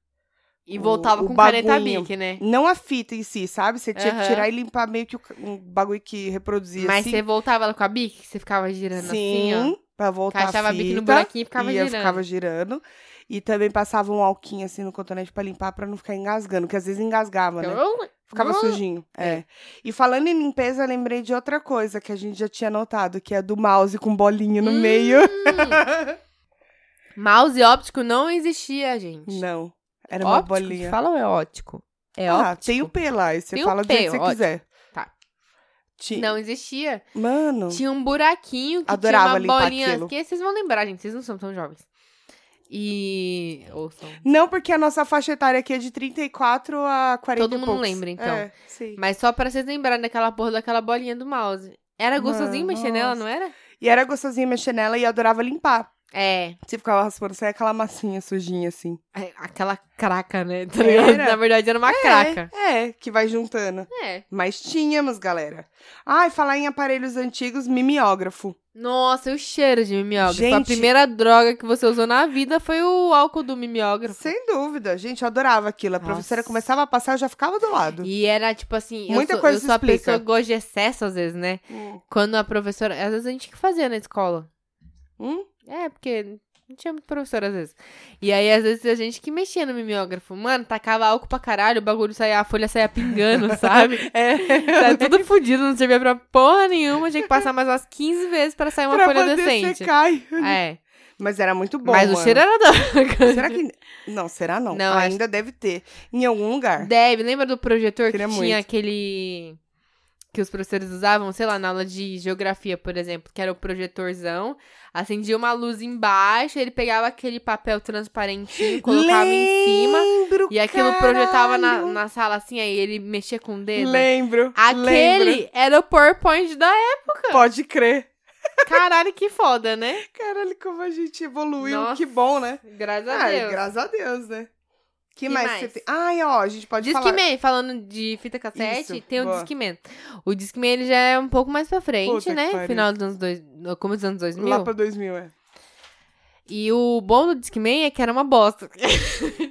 Speaker 3: e
Speaker 2: o-
Speaker 3: voltava
Speaker 2: o
Speaker 3: com caneta
Speaker 2: bagulhinho.
Speaker 3: bique, né?
Speaker 2: Não a fita em si, sabe? Você tinha
Speaker 3: Aham.
Speaker 2: que tirar e limpar meio que o ca- um bagulho que reproduzia
Speaker 3: Mas
Speaker 2: assim.
Speaker 3: você voltava lá com a bique? Você ficava girando
Speaker 2: Sim,
Speaker 3: assim, ó.
Speaker 2: pra voltar
Speaker 3: Encaixava
Speaker 2: a
Speaker 3: a bique no
Speaker 2: fita.
Speaker 3: buraquinho e ficava
Speaker 2: e eu
Speaker 3: girando.
Speaker 2: ficava girando. E também passava um alquinho assim no cotonete pra limpar, pra não ficar engasgando, porque às vezes engasgava, né?
Speaker 3: Então,
Speaker 2: Ficava
Speaker 3: Ah.
Speaker 2: sujinho. É. E falando em limpeza, eu lembrei de outra coisa que a gente já tinha notado, que é do mouse com bolinho no
Speaker 3: Hum.
Speaker 2: meio.
Speaker 3: Mouse óptico não existia, gente.
Speaker 2: Não. Era uma
Speaker 3: óptico,
Speaker 2: bolinha.
Speaker 3: Fala ou é óptico? É
Speaker 2: ah,
Speaker 3: óptico.
Speaker 2: tem o P lá, e você
Speaker 3: Tem o
Speaker 2: fala do
Speaker 3: P,
Speaker 2: jeito que você
Speaker 3: ótimo.
Speaker 2: quiser.
Speaker 3: Tá.
Speaker 2: Ti-
Speaker 3: Não existia.
Speaker 2: Mano,
Speaker 3: Tinha um buraquinho que
Speaker 2: Adorava
Speaker 3: tinha
Speaker 2: limpar
Speaker 3: uma bolinha.
Speaker 2: aquilo.
Speaker 3: Que vocês vão lembrar, gente. Vocês não são tão jovens. E. Ou são.
Speaker 2: não porque a nossa faixa etária aqui é de 34 a 40
Speaker 3: Todo
Speaker 2: e
Speaker 3: mundo
Speaker 2: poucos.
Speaker 3: lembra, então.
Speaker 2: É, sim.
Speaker 3: Mas só pra vocês lembrarem daquela porra daquela bolinha do mouse. Era gostosinho
Speaker 2: Mano,
Speaker 3: mexer nela,
Speaker 2: Ah, nossa.
Speaker 3: não era?
Speaker 2: E era gostosinho mexer nela e eu adorava limpar.
Speaker 3: É.
Speaker 2: Você ficava raspando, saia aquela massinha sujinha, assim.
Speaker 3: é, Aquela craca, né? Tá ligado?
Speaker 2: Era.
Speaker 3: Na verdade, era uma craca.
Speaker 2: É, é, que vai juntando.
Speaker 3: É.
Speaker 2: Mas tínhamos, galera. Ai, falar em aparelhos antigos, mimeógrafo.
Speaker 3: Nossa, e o cheiro de mimeógrafo. A
Speaker 2: Gente.
Speaker 3: primeira droga que você usou na vida foi o álcool do mimeógrafo.
Speaker 2: Sem dúvida. Gente, eu adorava aquilo. A
Speaker 3: Nossa.
Speaker 2: professora começava a passar, eu já ficava do lado.
Speaker 3: E era tipo assim,
Speaker 2: Muita
Speaker 3: eu sou,
Speaker 2: coisa
Speaker 3: eu
Speaker 2: se
Speaker 3: sou a
Speaker 2: explica.
Speaker 3: pessoa que gosta de excesso às vezes, né?
Speaker 2: Hum.
Speaker 3: Quando a professora, às vezes a gente que fazia na escola.
Speaker 2: Hum?
Speaker 3: É, porque não tinha muito professor às vezes. E aí às vezes a gente que mexia no mimeógrafo, mano, tacava álcool pra caralho, o bagulho saía, a folha saía pingando, sabe?
Speaker 2: É.
Speaker 3: Tá tudo fodido, não servia pra porra nenhuma, tinha que passar mais umas 15 vezes pra sair É uma
Speaker 2: pra
Speaker 3: folha
Speaker 2: poder
Speaker 3: decente.
Speaker 2: secar.
Speaker 3: É.
Speaker 2: Mas era muito bom,
Speaker 3: Mas o
Speaker 2: mano.
Speaker 3: cheiro era droga.
Speaker 2: Será que... Não, será não.
Speaker 3: Não,
Speaker 2: Ainda deve ter. Em algum lugar.
Speaker 3: Deve, lembra do projetor
Speaker 2: Tá. Queria
Speaker 3: que
Speaker 2: muito.
Speaker 3: tinha aquele. Que os professores usavam, sei lá, na aula de geografia, por exemplo, que era o projetorzão, acendia uma luz embaixo, ele pegava aquele papel transparentinho, colocava em cima,
Speaker 2: Lembro,
Speaker 3: e aquilo
Speaker 2: caralho.
Speaker 3: projetava na, na sala assim, aí ele mexia com o dedo.
Speaker 2: Lembro.
Speaker 3: Aquele
Speaker 2: lembro.
Speaker 3: era o PowerPoint da época.
Speaker 2: Pode crer.
Speaker 3: Caralho, que foda, né?
Speaker 2: Caralho, como a gente evoluiu.
Speaker 3: Nossa.
Speaker 2: Que bom, né?
Speaker 3: Graças a
Speaker 2: Ah,
Speaker 3: Deus.
Speaker 2: graças a Deus, né? Que,
Speaker 3: Que
Speaker 2: mais,
Speaker 3: mais?
Speaker 2: você tem? Ai, ó, a gente pode
Speaker 3: Disque
Speaker 2: falar.
Speaker 3: Man, falando de fita cassete,
Speaker 2: Isso,
Speaker 3: tem o
Speaker 2: boa.
Speaker 3: Discman. O Discman ele já é um pouco mais pra frente,
Speaker 2: Puta que
Speaker 3: né?
Speaker 2: pariu.
Speaker 3: Final dos anos dois, no começo dos anos 2000.
Speaker 2: Lá pra 2000, é.
Speaker 3: E o bom do Discman é que era uma bosta.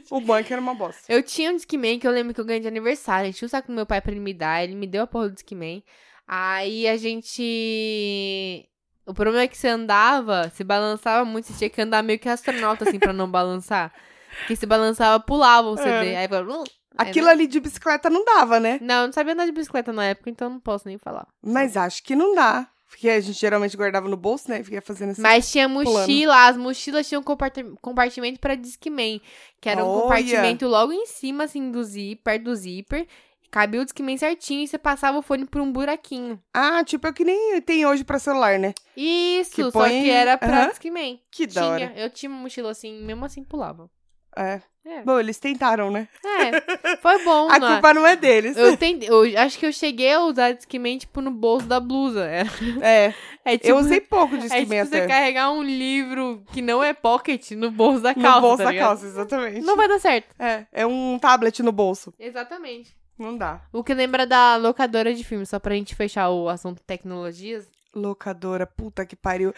Speaker 2: O banco era uma bosta.
Speaker 3: Eu tinha um Discman que eu lembro que eu ganhei de aniversário. Enchi o um saco do meu pai pra ele me dar, ele me deu a porra do Discman. Aí a gente... O problema é que você andava, se balançava muito, você tinha que andar meio que astronauta, assim, pra não balançar. Porque se balançava, pulava o CD.
Speaker 2: É.
Speaker 3: Aí ficava... né?
Speaker 2: Aquilo ali de bicicleta não dava, né?
Speaker 3: Não, eu não sabia andar de bicicleta na época, então não posso nem falar.
Speaker 2: Mas acho que não dá. Porque a gente geralmente guardava no bolso, né? E Fica fazendo assim.
Speaker 3: Mas tinha mochila,
Speaker 2: Pulando.
Speaker 3: as mochilas tinham comparti- compartimento pra Discman, que era um
Speaker 2: Olha!
Speaker 3: compartimento logo em cima, assim, do zíper, perto do zíper, Cabia o Discman certinho e você passava o fone por um buraquinho.
Speaker 2: Ah, tipo, é que nem tem hoje pra celular, né?
Speaker 3: Isso,
Speaker 2: Que
Speaker 3: só
Speaker 2: põe-
Speaker 3: que era pra
Speaker 2: Aham.
Speaker 3: Discman.
Speaker 2: Que da
Speaker 3: Tinha,
Speaker 2: hora.
Speaker 3: eu tinha uma mochila assim, mesmo assim pulava.
Speaker 2: É.
Speaker 3: É,
Speaker 2: Bom, eles tentaram, né?
Speaker 3: é, foi bom,
Speaker 2: A
Speaker 3: não é?
Speaker 2: culpa não é deles.
Speaker 3: Eu, tentei- eu acho que eu cheguei a usar Discman, tipo, no bolso da blusa. É,
Speaker 2: É.
Speaker 3: é tipo,
Speaker 2: Eu usei pouco de
Speaker 3: é tipo
Speaker 2: esquimenta.
Speaker 3: você carregar um livro que não é pocket no bolso da
Speaker 2: no
Speaker 3: calça,
Speaker 2: bolso
Speaker 3: tá
Speaker 2: da
Speaker 3: ligado?
Speaker 2: calça, exatamente.
Speaker 3: Não vai dar certo.
Speaker 2: É, é um tablet no bolso.
Speaker 3: Exatamente.
Speaker 2: Não dá.
Speaker 3: O que lembra da locadora de filmes, só pra gente fechar o assunto tecnologias.
Speaker 2: Locadora, puta que pariu.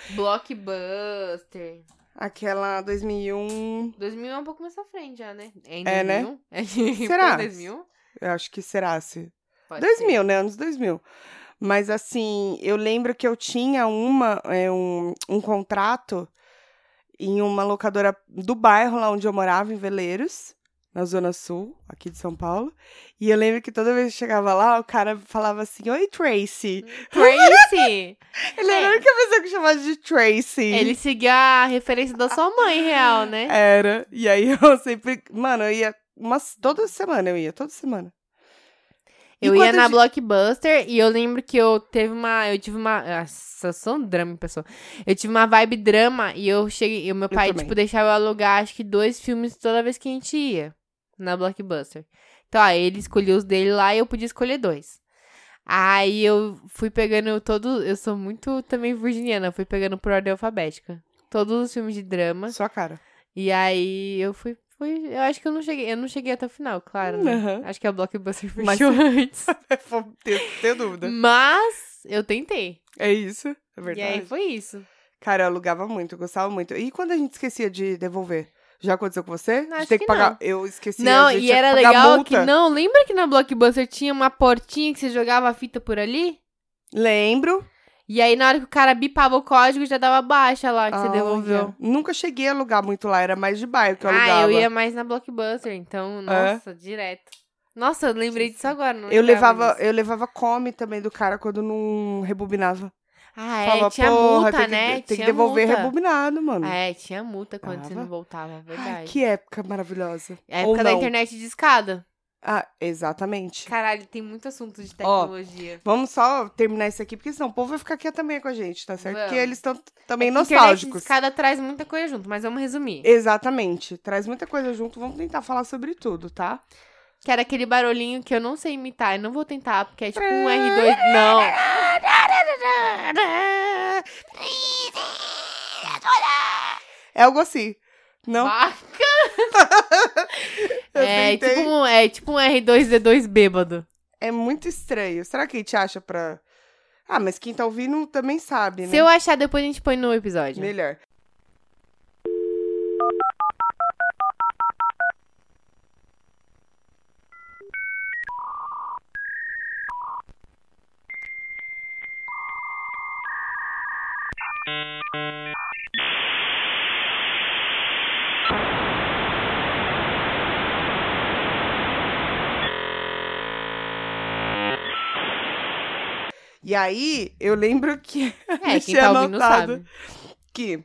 Speaker 3: Blockbuster.
Speaker 2: Aquela 2001,
Speaker 3: 2000 é um pouco mais à frente já, né? em
Speaker 2: É, né?
Speaker 3: 2001? É, foi
Speaker 2: Será?
Speaker 3: em 2000?
Speaker 2: eu acho que será se.
Speaker 3: Pode
Speaker 2: 2000, né? Anos 2000. Mas assim, eu lembro que eu tinha uma, é, um, um contrato em uma locadora do bairro lá onde eu morava, em Veleiros, na Zona Sul, aqui de São Paulo. E eu lembro que toda vez que eu chegava lá, o cara falava assim: Oi, Tracy.
Speaker 3: ser. Tracy!
Speaker 2: Ele era
Speaker 3: É.
Speaker 2: a única pessoa que chamava de Tracy.
Speaker 3: Ele seguia a referência da sua mãe real, né?
Speaker 2: Era. E aí eu sempre. Mano, eu ia. Umas, toda semana eu ia, toda semana. E
Speaker 3: Eu ia
Speaker 2: quando
Speaker 3: na
Speaker 2: de-
Speaker 3: Blockbuster e eu lembro que eu teve uma. Eu tive uma. Nossa, eu sou um drama, em pessoa. Eu tive uma vibe drama e eu cheguei. E o meu pai,
Speaker 2: também.
Speaker 3: tipo, deixava eu alugar acho que dois filmes toda vez que a gente ia na Blockbuster. Então, aí ele escolhia os dele lá e eu podia escolher dois. Aí eu fui pegando todo. Eu sou muito também virginiana, eu fui pegando por ordem alfabética. Todos os filmes de drama.
Speaker 2: Sua cara.
Speaker 3: E aí eu fui. fui eu acho que eu não cheguei. Eu não cheguei até o final, claro. Né?
Speaker 2: Aham.
Speaker 3: Acho que a Blockbuster fechou
Speaker 2: Mas-
Speaker 3: antes.
Speaker 2: Tem, tem dúvida.
Speaker 3: Mas eu tentei.
Speaker 2: É isso. É verdade.
Speaker 3: E aí foi isso.
Speaker 2: Cara, eu alugava muito, eu gostava muito. E quando a gente esquecia de devolver? Já aconteceu com você?
Speaker 3: Acho
Speaker 2: de ter
Speaker 3: que
Speaker 2: que pagar. Eu esqueci.
Speaker 3: não,
Speaker 2: a gente
Speaker 3: e
Speaker 2: tinha que
Speaker 3: era
Speaker 2: pagar
Speaker 3: legal
Speaker 2: multa.
Speaker 3: que não. Lembra que na Blockbuster tinha uma portinha que você jogava a fita por ali?
Speaker 2: Lembro.
Speaker 3: E aí, na hora que o cara bipava o código, já dava baixa lá que você
Speaker 2: Ah,
Speaker 3: devolveu.
Speaker 2: olha. Nunca cheguei a alugar muito lá, era mais de bairro que eu
Speaker 3: Ah,
Speaker 2: alugava. É.
Speaker 3: eu ia mais na Blockbuster, então, nossa, direto. Nossa, eu lembrei disso agora, não
Speaker 2: Eu
Speaker 3: lembrava
Speaker 2: levava,
Speaker 3: disso.
Speaker 2: eu levava come também do cara quando não rebobinava.
Speaker 3: Ah, é,
Speaker 2: Falava,
Speaker 3: tinha
Speaker 2: porra,
Speaker 3: multa,
Speaker 2: tem que,
Speaker 3: né?
Speaker 2: Tem que
Speaker 3: tinha
Speaker 2: devolver
Speaker 3: multa.
Speaker 2: rebobinado, mano.
Speaker 3: Ah, É, tinha multa quando você não
Speaker 2: Hum. Tava.
Speaker 3: voltava, é verdade.
Speaker 2: Ai, que época maravilhosa.
Speaker 3: É a época
Speaker 2: Ou
Speaker 3: da
Speaker 2: não.
Speaker 3: internet de escada.
Speaker 2: Ah, exatamente.
Speaker 3: Caralho, tem muito assunto de
Speaker 2: Ó,
Speaker 3: tecnologia.
Speaker 2: Vamos só terminar isso aqui, porque senão o povo vai ficar aqui também com a gente, tá certo? Porque
Speaker 3: Vamos. É
Speaker 2: eles estão também
Speaker 3: Internet
Speaker 2: nostálgicos.
Speaker 3: de escada traz muita coisa junto, mas vamos resumir.
Speaker 2: Exatamente. Traz muita coisa junto, vamos tentar falar sobre tudo, tá?
Speaker 3: Que era aquele barulhinho que eu não sei imitar, eu não vou tentar, porque é tipo um R2. Não.
Speaker 2: É algo assim. Não?
Speaker 3: Vaca.
Speaker 2: Eu
Speaker 3: É
Speaker 2: tentei.
Speaker 3: tipo, um, é tipo um R2D2 bêbado.
Speaker 2: É muito estranho. Será que a gente acha pra. Ah, mas quem tá ouvindo também sabe, né?
Speaker 3: Se eu achar, depois a gente põe no episódio. É,
Speaker 2: Melhor. E aí, eu lembro que
Speaker 3: É, quem
Speaker 2: tinha
Speaker 3: tá ouvindo
Speaker 2: anotado.
Speaker 3: sabe.
Speaker 2: que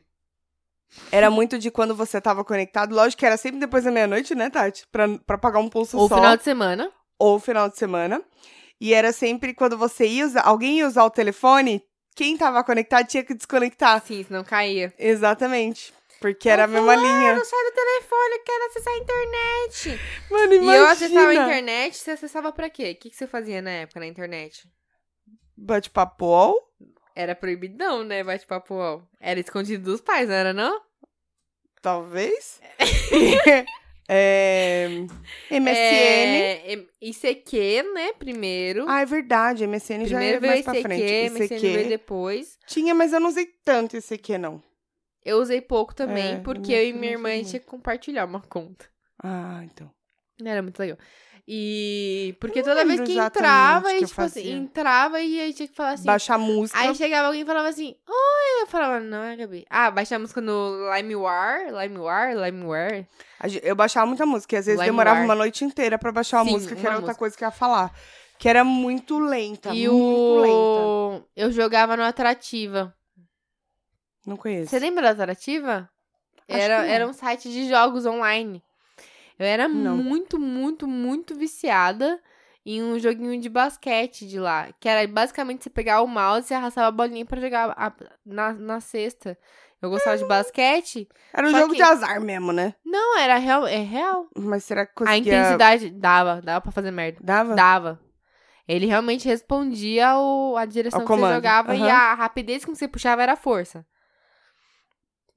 Speaker 2: era muito de quando você tava conectado. Lógico que era sempre depois da meia-noite, né, Tati? Pra, pra pagar um pulso
Speaker 3: Ou
Speaker 2: só.
Speaker 3: final de semana.
Speaker 2: Ou final de semana. E era sempre quando você ia usar. Alguém ia usar o telefone, quem tava conectado tinha que desconectar.
Speaker 3: Sim, senão caía.
Speaker 2: Exatamente. Porque era a
Speaker 3: Ô,
Speaker 2: mesma linha.
Speaker 3: Mano, sai do telefone, eu quero acessar a internet.
Speaker 2: Mano,
Speaker 3: E eu
Speaker 2: imagina.
Speaker 3: acessava a internet, você acessava pra quê? O que, que você fazia na época na internet?
Speaker 2: Bate-papo UOL?
Speaker 3: Era proibidão, né? Bate-papo UOL. Era escondido dos pais, não era não?
Speaker 2: Talvez. é... MSN.
Speaker 3: É, em- ICQ, né? Primeiro.
Speaker 2: Ah, é verdade. MSN já
Speaker 3: Primeiro
Speaker 2: é
Speaker 3: veio
Speaker 2: mais
Speaker 3: ICQ,
Speaker 2: pra frente.
Speaker 3: MSN veio depois.
Speaker 2: Tinha, mas eu não usei tanto esse aqui, não.
Speaker 3: Eu usei pouco também,
Speaker 2: É,
Speaker 3: porque
Speaker 2: minha
Speaker 3: eu e
Speaker 2: também
Speaker 3: minha irmã a
Speaker 2: usei
Speaker 3: gente tinha que compartilhar uma conta.
Speaker 2: Ah, então.
Speaker 3: Não era muito legal. E porque
Speaker 2: não
Speaker 3: toda vez
Speaker 2: lembro
Speaker 3: que
Speaker 2: exatamente
Speaker 3: entrava,
Speaker 2: o que
Speaker 3: e
Speaker 2: eu
Speaker 3: tipo assim,
Speaker 2: fazia.
Speaker 3: entrava e aí tinha que falar assim.
Speaker 2: Baixar música.
Speaker 3: Aí chegava alguém e falava assim, oi, eu falava, não é, Gabi. Ah, baixar a música no LimeWire, LimeWire, LimeWire.
Speaker 2: A gen- Eu baixava muita música. E às vezes
Speaker 3: Lime
Speaker 2: demorava
Speaker 3: Wire.
Speaker 2: uma noite inteira pra baixar uma
Speaker 3: Sim,
Speaker 2: música, que
Speaker 3: uma
Speaker 2: era outra
Speaker 3: música.
Speaker 2: coisa que eu ia falar. Que era muito lenta.
Speaker 3: e
Speaker 2: Tá muito lenta.
Speaker 3: o... Eu jogava no Atrativa.
Speaker 2: Não conheço.
Speaker 3: Você lembra da Atrativa?
Speaker 2: Acho que
Speaker 3: Era,
Speaker 2: não.
Speaker 3: era um site de jogos online. Eu era
Speaker 2: Não.
Speaker 3: muito, muito, muito viciada em um joguinho de basquete de lá, que era basicamente você pegar o mouse e arrastar a bolinha pra jogar a- na, na cesta. Eu gostava
Speaker 2: Ah.
Speaker 3: de basquete.
Speaker 2: Era um
Speaker 3: Só
Speaker 2: jogo
Speaker 3: que-
Speaker 2: de azar mesmo, né?
Speaker 3: Não, era real, é real.
Speaker 2: Mas será que
Speaker 3: A
Speaker 2: conseguia...
Speaker 3: intensidade dava, dava pra fazer merda.
Speaker 2: Dava?
Speaker 3: Dava. Ele realmente respondia ao, a direção
Speaker 2: Ao
Speaker 3: que você
Speaker 2: comando,
Speaker 3: jogava e
Speaker 2: aham.
Speaker 3: a rapidez com que você puxava era a força.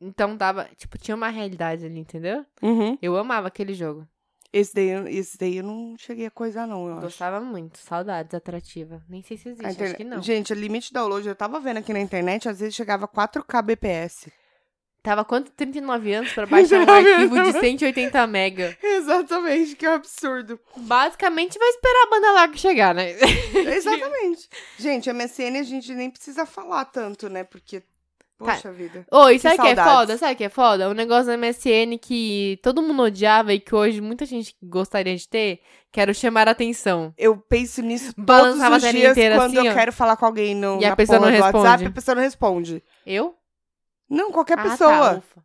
Speaker 3: Então dava, tipo, tinha uma realidade ali, entendeu?
Speaker 2: Uhum.
Speaker 3: Eu amava aquele jogo.
Speaker 2: Esse daí, eu- esse daí eu não cheguei a coisar, não, eu acho.
Speaker 3: Gostava muito. Saudades, atrativa. Nem sei se existe,
Speaker 2: A
Speaker 3: acho
Speaker 2: internet-
Speaker 3: que não.
Speaker 2: Gente, o limite de download, eu tava vendo aqui na internet, às vezes chegava a 4K BPS.
Speaker 3: Tava quanto? 39 anos pra baixar um arquivo de 180 mega.
Speaker 2: Exatamente, que absurdo.
Speaker 3: Basicamente vai esperar a banda larga chegar, né?
Speaker 2: Exatamente. Gente, MSN a gente nem precisa falar tanto, né? Porque, poxa vida.
Speaker 3: Oi, sabe o que é
Speaker 2: saudades.
Speaker 3: foda? Sabe o que é foda? Um negócio da MSN que todo mundo odiava e que hoje muita gente gostaria de ter, quero chamar a atenção.
Speaker 2: Eu penso nisso todos
Speaker 3: Balançava a
Speaker 2: os
Speaker 3: tela
Speaker 2: dias
Speaker 3: inteira
Speaker 2: quando
Speaker 3: assim,
Speaker 2: eu
Speaker 3: ó.
Speaker 2: quero falar com alguém no
Speaker 3: E a
Speaker 2: na
Speaker 3: pessoa
Speaker 2: porra
Speaker 3: não
Speaker 2: do WhatsApp,
Speaker 3: responde.
Speaker 2: a pessoa não responde.
Speaker 3: Eu?
Speaker 2: Não, qualquer
Speaker 3: Ah, tá,
Speaker 2: pessoa.
Speaker 3: ufa.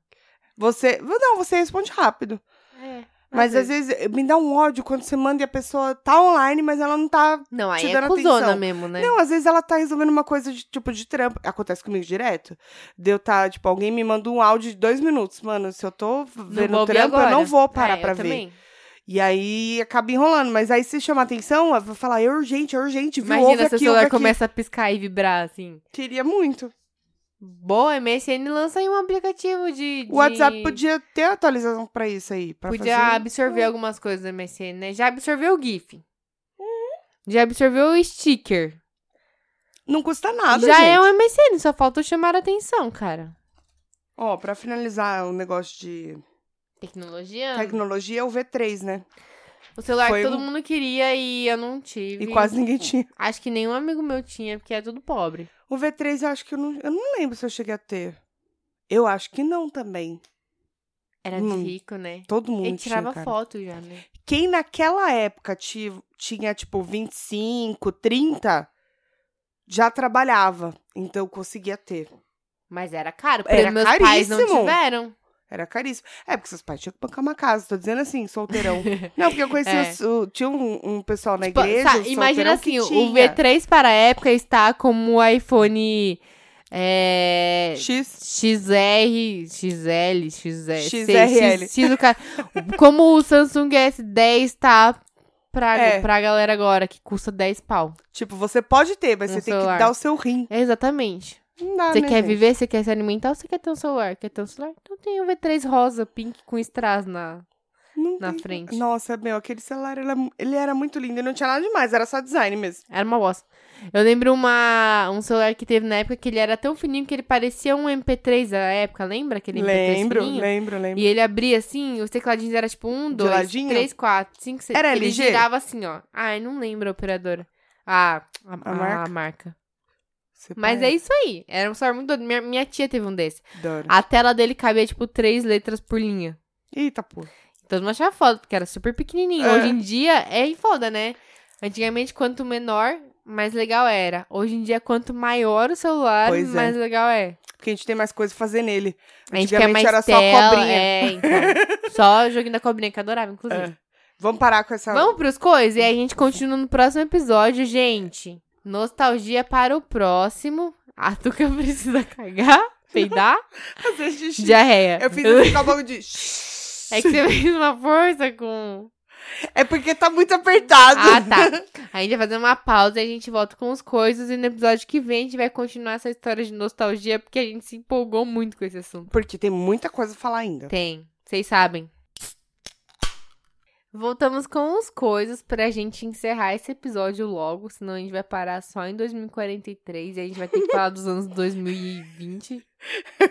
Speaker 2: Você, não, você responde rápido.
Speaker 3: É,
Speaker 2: Mas às vezes me dá um ódio quando você manda e a pessoa tá online, mas ela não tá
Speaker 3: Não, aí
Speaker 2: te
Speaker 3: é
Speaker 2: dando
Speaker 3: cuzona
Speaker 2: atenção.
Speaker 3: mesmo, né?
Speaker 2: Não, às vezes ela tá resolvendo uma coisa de tipo de trampo. Acontece comigo direto. Deu tá, tipo, alguém me manda um áudio de dois minutos. Mano, se eu tô vendo
Speaker 3: vou
Speaker 2: o
Speaker 3: ouvir
Speaker 2: trampo, eu
Speaker 3: agora.
Speaker 2: não vou parar
Speaker 3: É,
Speaker 2: pra
Speaker 3: eu
Speaker 2: ver.
Speaker 3: também.
Speaker 2: E aí acaba enrolando. Mas aí se chama atenção, eu vou falar, é urgente, é urgente, viu? ouve
Speaker 3: Imagina
Speaker 2: aqui,
Speaker 3: se o
Speaker 2: ouve
Speaker 3: celular
Speaker 2: aqui.
Speaker 3: começa a piscar e vibrar, assim.
Speaker 2: Queria muito.
Speaker 3: Boa, MSN lança aí um aplicativo de. de-
Speaker 2: O WhatsApp podia ter atualização pra isso aí. Pra
Speaker 3: podia
Speaker 2: fazer. um- Hum.
Speaker 3: absorver algumas coisas do MSN, né? Já absorveu o GIF.
Speaker 2: Uhum.
Speaker 3: Já absorveu o sticker.
Speaker 2: um- Não custa nada,
Speaker 3: Já
Speaker 2: gente.
Speaker 3: é um MSN, só falta chamar a atenção, cara.
Speaker 2: Ó, pra finalizar o negócio de
Speaker 3: Tecnologia.
Speaker 2: tecnologia, é o V3, né?
Speaker 3: O celular
Speaker 2: Foi
Speaker 3: que todo
Speaker 2: um-
Speaker 3: mundo queria e eu não tive.
Speaker 2: E quase ninguém tinha.
Speaker 3: Acho que nenhum amigo meu tinha, porque é tudo pobre.
Speaker 2: O V3 eu acho que eu não, eu não lembro se eu cheguei a ter. Eu acho que não também.
Speaker 3: Era de
Speaker 2: Hum.
Speaker 3: rico, né?
Speaker 2: Todo mundo
Speaker 3: Ele tirava
Speaker 2: tinha, cara.
Speaker 3: foto já, né?
Speaker 2: Quem naquela época ti- tinha tipo 25, 30, já trabalhava, então conseguia ter.
Speaker 3: Mas era caro, porque
Speaker 2: Era
Speaker 3: meus pais não
Speaker 2: caríssimo.
Speaker 3: tiveram.
Speaker 2: Era caríssimo. É, porque seus pais tinham que bancar uma casa, tô dizendo assim, solteirão. não, porque eu conheci
Speaker 3: É.
Speaker 2: os- o- tinha um, um pessoal na
Speaker 3: Tipo,
Speaker 2: igreja.
Speaker 3: sa-
Speaker 2: um
Speaker 3: imagina
Speaker 2: solteirão que
Speaker 3: assim, o
Speaker 2: tinha.
Speaker 3: V3 para a época está como o iPhone é,
Speaker 2: X.
Speaker 3: XR, XL, XR,
Speaker 2: XRL.
Speaker 3: X, X do ca- como o Samsung S10 tá pra,
Speaker 2: É.
Speaker 3: pra galera agora, que custa 10 pau.
Speaker 2: Tipo, você pode ter, mas
Speaker 3: Um
Speaker 2: você tem
Speaker 3: celular.
Speaker 2: que dar o seu rim.
Speaker 3: É exatamente.
Speaker 2: Não dá,
Speaker 3: Você
Speaker 2: né,
Speaker 3: quer
Speaker 2: gente?
Speaker 3: viver, você quer se alimentar ou você quer ter um celular? Quer ter um celular? Então tem o V3 rosa, pink com strass na...
Speaker 2: Não
Speaker 3: na
Speaker 2: tem-
Speaker 3: frente.
Speaker 2: Nossa, meu, aquele celular, ele, é- ele era muito lindo. e Não tinha nada demais, era só design mesmo.
Speaker 3: Era uma bosta. Eu lembro uma, um celular que teve na época que ele era tão fininho que ele parecia um MP3 da época, lembra aquele MP3
Speaker 2: lembro,
Speaker 3: fininho?
Speaker 2: lembro, lembro.
Speaker 3: E ele abria assim, os tecladinhos era tipo um,
Speaker 2: De
Speaker 3: dois,
Speaker 2: ladinho?
Speaker 3: três, quatro, cinco, seis.
Speaker 2: Era
Speaker 3: ele
Speaker 2: LG?
Speaker 3: girava assim, ó. Ai, não lembro a operadora. Ah, a, a- a marca.
Speaker 2: marca? Você
Speaker 3: Mas é
Speaker 2: parece. Hum.
Speaker 3: isso aí. Era um celular muito doido. Minha, minha tia teve um desse.
Speaker 2: Adoro.
Speaker 3: A tela dele cabia, tipo, três letras por linha.
Speaker 2: Eita, porra.
Speaker 3: Todo mundo achava foda, porque era super pequenininho.
Speaker 2: É.
Speaker 3: Hoje em dia é foda, né? Antigamente, quanto menor, mais legal era. Hoje em dia, quanto maior o celular,
Speaker 2: Pois é.
Speaker 3: mais legal é.
Speaker 2: Porque a gente tem mais coisa pra fazer nele.
Speaker 3: A gente quer
Speaker 2: Antigamente
Speaker 3: mais
Speaker 2: era só
Speaker 3: tela,
Speaker 2: cobrinha.
Speaker 3: É, então. só o joguinho da cobrinha, que eu adorava, inclusive.
Speaker 2: É. Vamos parar com essa.
Speaker 3: Vamos pros coisas? E aí a gente continua no próximo episódio, gente. Nostalgia para o próximo. A Tuca precisa cagar, peidar,
Speaker 2: fazer xixi.
Speaker 3: diarreia.
Speaker 2: Eu fiz assim com a boca de.
Speaker 3: É que você fez uma força com...
Speaker 2: É porque tá muito apertado.
Speaker 3: Ah, tá. A gente vai fazer uma pausa e a gente volta com os coisas. E no episódio que vem a gente vai continuar essa história de nostalgia, porque a gente se empolgou muito com esse assunto.
Speaker 2: Porque tem muita coisa pra falar ainda.
Speaker 3: Tem, vocês sabem. Voltamos com os coisas pra gente encerrar esse episódio logo, senão a gente vai parar só em 2043 e a gente vai ter que falar dos anos 2020.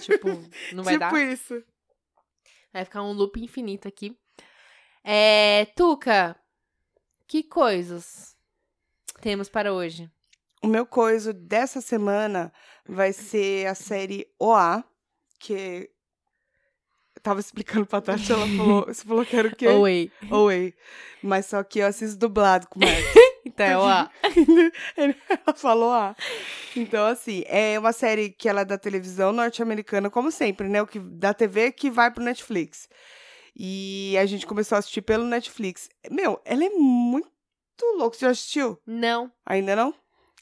Speaker 3: Tipo, não vai
Speaker 2: tipo
Speaker 3: dar.
Speaker 2: isso.
Speaker 3: Vai ficar um loop infinito aqui. É, Tuca, que coisas temos para hoje?
Speaker 2: O meu coisa dessa semana vai ser a série OA, que. Eu tava explicando pra Tati, ela falou. Você falou que era o quê?
Speaker 3: Oi.
Speaker 2: Oi. Mas só que eu assisto dublado com o Marcos.
Speaker 3: Então, é ó.
Speaker 2: Ela falou, ah. Então, assim, é uma série que ela é da televisão norte-americana, como sempre, né? O que, da TV que vai pro Netflix. E a gente começou a assistir pelo Netflix. Meu, ela é muito muito louco. Você já assistiu?
Speaker 3: Não.
Speaker 2: Ainda não?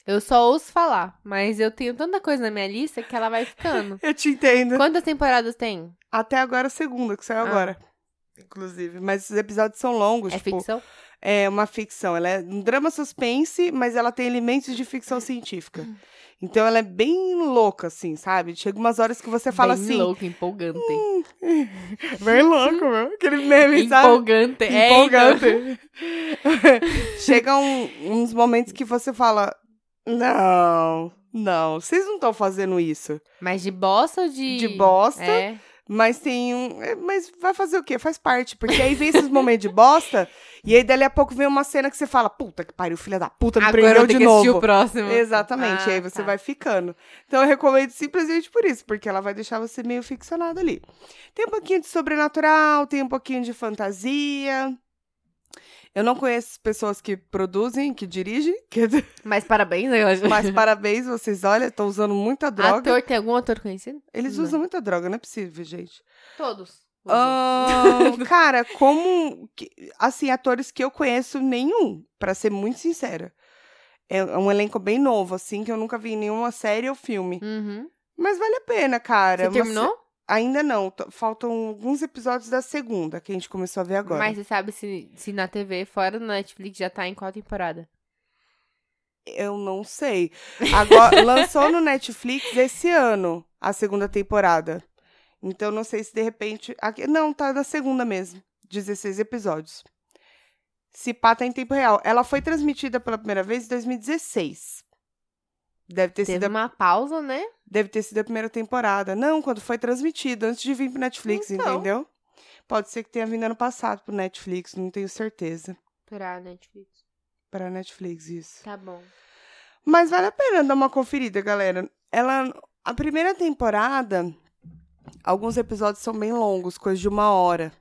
Speaker 3: Eu só ouço falar, mas eu tenho tanta coisa na minha lista que ela vai ficando.
Speaker 2: Eu te entendo.
Speaker 3: Quantas temporadas tem?
Speaker 2: Até agora é a segunda, que saiu
Speaker 3: Ah.
Speaker 2: agora. Inclusive. Mas os episódios são longos.
Speaker 3: É
Speaker 2: tipo,
Speaker 3: ficção?
Speaker 2: É uma ficção. Ela é um drama suspense, mas ela tem elementos de ficção científica. Então ela é bem louca, assim, sabe? Chega umas horas que você fala
Speaker 3: Bem
Speaker 2: assim.
Speaker 3: louco, empolgante.
Speaker 2: Bem louco, meu. Aquele meme, "Hum, sabe?
Speaker 3: empolgante. É,
Speaker 2: Empolgante. Chega um- uns momentos que você fala: Não, não, vocês não estão fazendo isso.
Speaker 3: então. Mas de bosta ou de...
Speaker 2: De bosta,
Speaker 3: É.
Speaker 2: Mas tem um. é, Mas vai fazer o quê? Faz parte. Porque aí vem esses momentos de bosta, e aí dali a pouco vem uma cena que você fala: puta que pariu, filha da puta, me
Speaker 3: Agora eu
Speaker 2: prendeu
Speaker 3: tenho
Speaker 2: de
Speaker 3: que assistir o
Speaker 2: novo.
Speaker 3: próximo.
Speaker 2: Exatamente.
Speaker 3: Ah,
Speaker 2: e aí você
Speaker 3: tá.
Speaker 2: vai ficando. Então eu recomendo simplesmente por isso, porque ela vai deixar você meio ficcionado ali. Tem um pouquinho de sobrenatural, tem um pouquinho de fantasia. Eu não conheço pessoas que produzem, que dirigem, que-
Speaker 3: Mas parabéns, né? eu acho.
Speaker 2: mas parabéns, vocês, olha, estão usando muita droga.
Speaker 3: Ator, tem algum ator conhecido?
Speaker 2: Eles
Speaker 3: Não.
Speaker 2: usam muita droga, não é possível, gente.
Speaker 3: Todos.
Speaker 2: Ah, Ahn, cara, como. que- Assim, atores que eu conheço, nenhum, pra ser muito sincera. É um elenco bem novo, assim, que eu nunca vi em nenhuma série ou filme.
Speaker 3: Uhum.
Speaker 2: Mas vale a pena, cara.
Speaker 3: Você
Speaker 2: Uma se-
Speaker 3: terminou?
Speaker 2: Ainda não. t- Faltam alguns episódios da segunda, que a gente começou a ver agora.
Speaker 3: Mas você sabe se, se na TV, fora do Netflix, já tá em qual temporada?
Speaker 2: Eu não sei. Agora, lançou no Netflix esse ano a segunda temporada. Então, não sei se de repente. aqui- Não, tá na segunda mesmo. 16 episódios. Se pá, tá em tempo real. Ela foi transmitida pela primeira vez em 2016. Deve ter, sido,
Speaker 3: Teve
Speaker 2: a-
Speaker 3: uma pausa, né?
Speaker 2: deve ter sido a primeira temporada. Não, quando foi transmitida, antes de vir pro Netflix,
Speaker 3: Então.
Speaker 2: entendeu? Pode ser que tenha vindo ano passado pro Netflix, não tenho certeza.
Speaker 3: Pra Netflix.
Speaker 2: Pra Netflix, isso.
Speaker 3: Tá bom.
Speaker 2: Mas vale a pena dar uma conferida, galera. Ela, a primeira temporada, alguns episódios são bem longos, coisa de uma hora.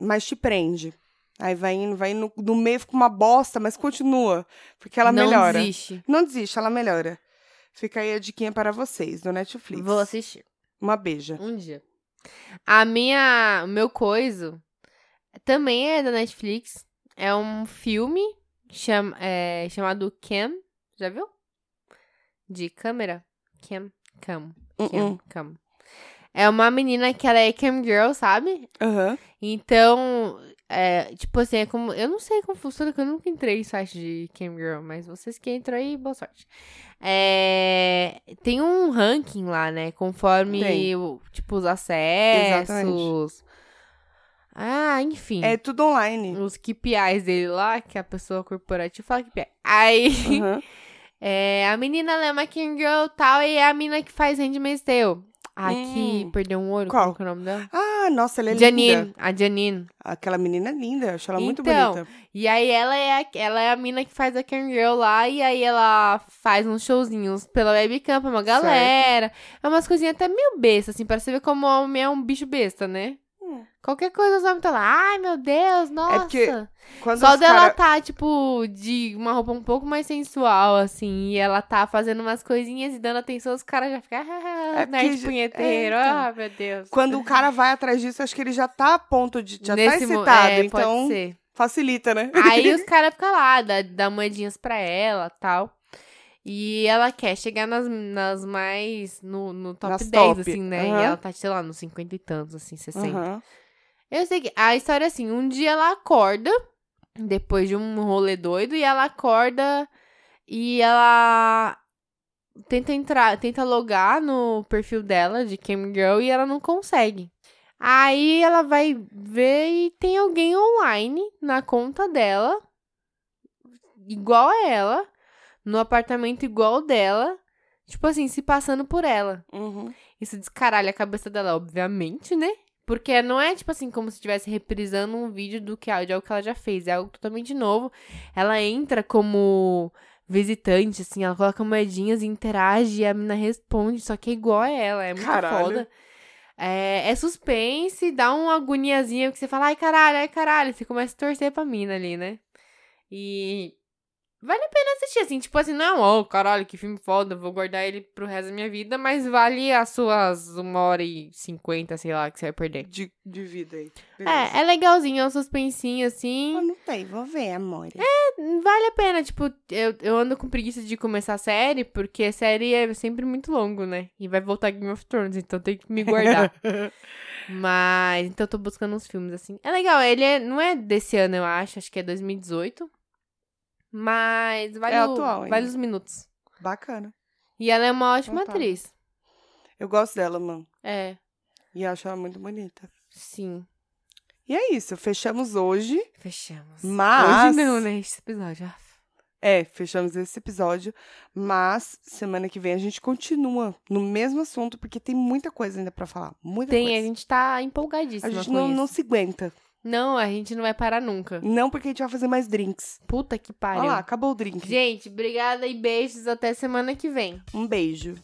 Speaker 2: Mas te prende. Aí vai indo, vai indo, no meio fica uma bosta, mas continua. Porque ela
Speaker 3: Não
Speaker 2: melhora.
Speaker 3: existe.
Speaker 2: Não desiste, ela melhora. Fica aí a diquinha para vocês, do Netflix.
Speaker 3: Vou assim. assistir
Speaker 2: Uma beija.
Speaker 3: um dia. A minha, o meu coiso também é da Netflix. É um filme cham, é, chamado Cam. Já viu? De câmera. Cam. Cam. Cam.
Speaker 2: Uh-uh.
Speaker 3: Cam. É uma menina que ela é cam girl, sabe?
Speaker 2: Aham.
Speaker 3: Então, é, tipo assim, é como. Eu não sei como funciona, porque eu nunca entrei em site de Cam Girl, mas vocês que entram aí, boa sorte. É, tem um ranking lá, né? Conforme,
Speaker 2: Tem.
Speaker 3: o, tipo, os acessos. Ah, enfim.
Speaker 2: É tudo online.
Speaker 3: Os KPIs dele lá, que a pessoa corporativa fala KPI. Aí.
Speaker 2: Aham.
Speaker 3: É, a menina ela é uma King Girl e tal, e é a menina que faz Handmaid's Tale. A que
Speaker 2: Hum.
Speaker 3: perdeu um olho,
Speaker 2: Qual?
Speaker 3: qual que é o nome dela?
Speaker 2: Ah, nossa, ela é linda.
Speaker 3: Janine, a Janine.
Speaker 2: Aquela menina é linda, eu acho ela muito
Speaker 3: Então,
Speaker 2: bonita.
Speaker 3: E aí ela é, a, ela é a mina que faz a Cam Girl lá, e aí ela faz uns showzinhos pela webcam pra uma
Speaker 2: Certo.
Speaker 3: galera. É umas coisinhas até meio besta, assim, pra você ver como o homem é um bicho besta, né?
Speaker 2: Hum.
Speaker 3: Qualquer coisa os homens tá lá, ai meu Deus, nossa.
Speaker 2: É porque Quando
Speaker 3: Só
Speaker 2: os cara-
Speaker 3: dela tá, tipo, de uma roupa um pouco mais sensual, assim, e ela tá fazendo umas coisinhas e dando atenção, os caras já ficam, ah,
Speaker 2: É porque
Speaker 3: nerd
Speaker 2: já-
Speaker 3: punheteiro,
Speaker 2: é, então.
Speaker 3: ah, meu Deus.
Speaker 2: Quando o cara vai atrás disso, acho que ele já tá a ponto de. Já tá
Speaker 3: Nesse mo-
Speaker 2: excitado.
Speaker 3: é,
Speaker 2: então,
Speaker 3: Pode ser.
Speaker 2: facilita, né?
Speaker 3: Aí os caras ficam lá, dá, dá moedinhas pra ela tal. E ela quer chegar nas, nas mais. no, no top
Speaker 2: Nas
Speaker 3: 10,
Speaker 2: top,
Speaker 3: assim, né?
Speaker 2: aham.
Speaker 3: E ela tá, sei lá, nos 50 e tantos, assim, 60.
Speaker 2: Aham.
Speaker 3: Eu sei que a história é assim: um dia ela acorda, depois de um rolê doido, e ela acorda e ela tenta entrar, tenta logar no perfil dela de Cam Girl e ela não consegue. Aí ela vai ver e tem alguém online na conta dela, igual a ela, no apartamento igual dela, tipo assim, se passando por ela.
Speaker 2: Uhum.
Speaker 3: Isso descaralha a cabeça dela, obviamente, né? Porque não é, tipo assim, como se estivesse reprisando um vídeo do que de algo que ela já fez. É algo totalmente novo. Ela entra como visitante, assim, ela coloca moedinhas e interage e a mina responde, só que é igual a ela, é muito
Speaker 2: Caralho.
Speaker 3: foda. É, é suspense, dá uma agoniazinha que você fala, ai caralho, ai caralho, você começa a torcer pra mina ali, né? E Vale a pena assistir, assim, tipo assim, não, ô, caralho, que filme foda, vou guardar ele pro resto da minha vida, mas vale as suas uma hora e cinquenta, sei lá, que você vai perder.
Speaker 2: De, de vida aí. Beleza.
Speaker 3: É, é legalzinho, é um suspensinho, assim.
Speaker 2: Eu não tem, vou ver, amor.
Speaker 3: É. Vale a pena, tipo, eu, eu ando com preguiça de começar a série, porque a série é sempre muito longo, né? E vai voltar Game of Thrones, então tem que me guardar. Mas, então eu tô buscando uns filmes, assim. É legal, ele é- não é desse ano, eu acho, acho que é 2018. Mas vale,
Speaker 2: É
Speaker 3: o-
Speaker 2: atual ainda.
Speaker 3: vale os minutos.
Speaker 2: Bacana.
Speaker 3: E ela é uma ótima
Speaker 2: Então tá.
Speaker 3: atriz.
Speaker 2: Eu gosto dela, mano.
Speaker 3: É,
Speaker 2: E acho ela muito bonita.
Speaker 3: sim.
Speaker 2: E é isso, fechamos hoje.
Speaker 3: Fechamos.
Speaker 2: Mas-
Speaker 3: Hoje não, né? Esse episódio. ah.
Speaker 2: É, fechamos esse episódio, mas semana que vem a gente continua no mesmo assunto, porque tem muita coisa ainda pra falar. Muita
Speaker 3: Tem,
Speaker 2: coisa.
Speaker 3: a gente tá
Speaker 2: A
Speaker 3: empolgadíssima
Speaker 2: gente
Speaker 3: com
Speaker 2: não,
Speaker 3: isso.
Speaker 2: não se aguenta.
Speaker 3: Não, a gente não vai parar nunca.
Speaker 2: Não porque a gente vai fazer mais drinks.
Speaker 3: Puta que
Speaker 2: Olha
Speaker 3: pariu.
Speaker 2: lá, acabou o drink.
Speaker 3: Gente, obrigada e beijos. Até semana que vem.
Speaker 2: Um beijo.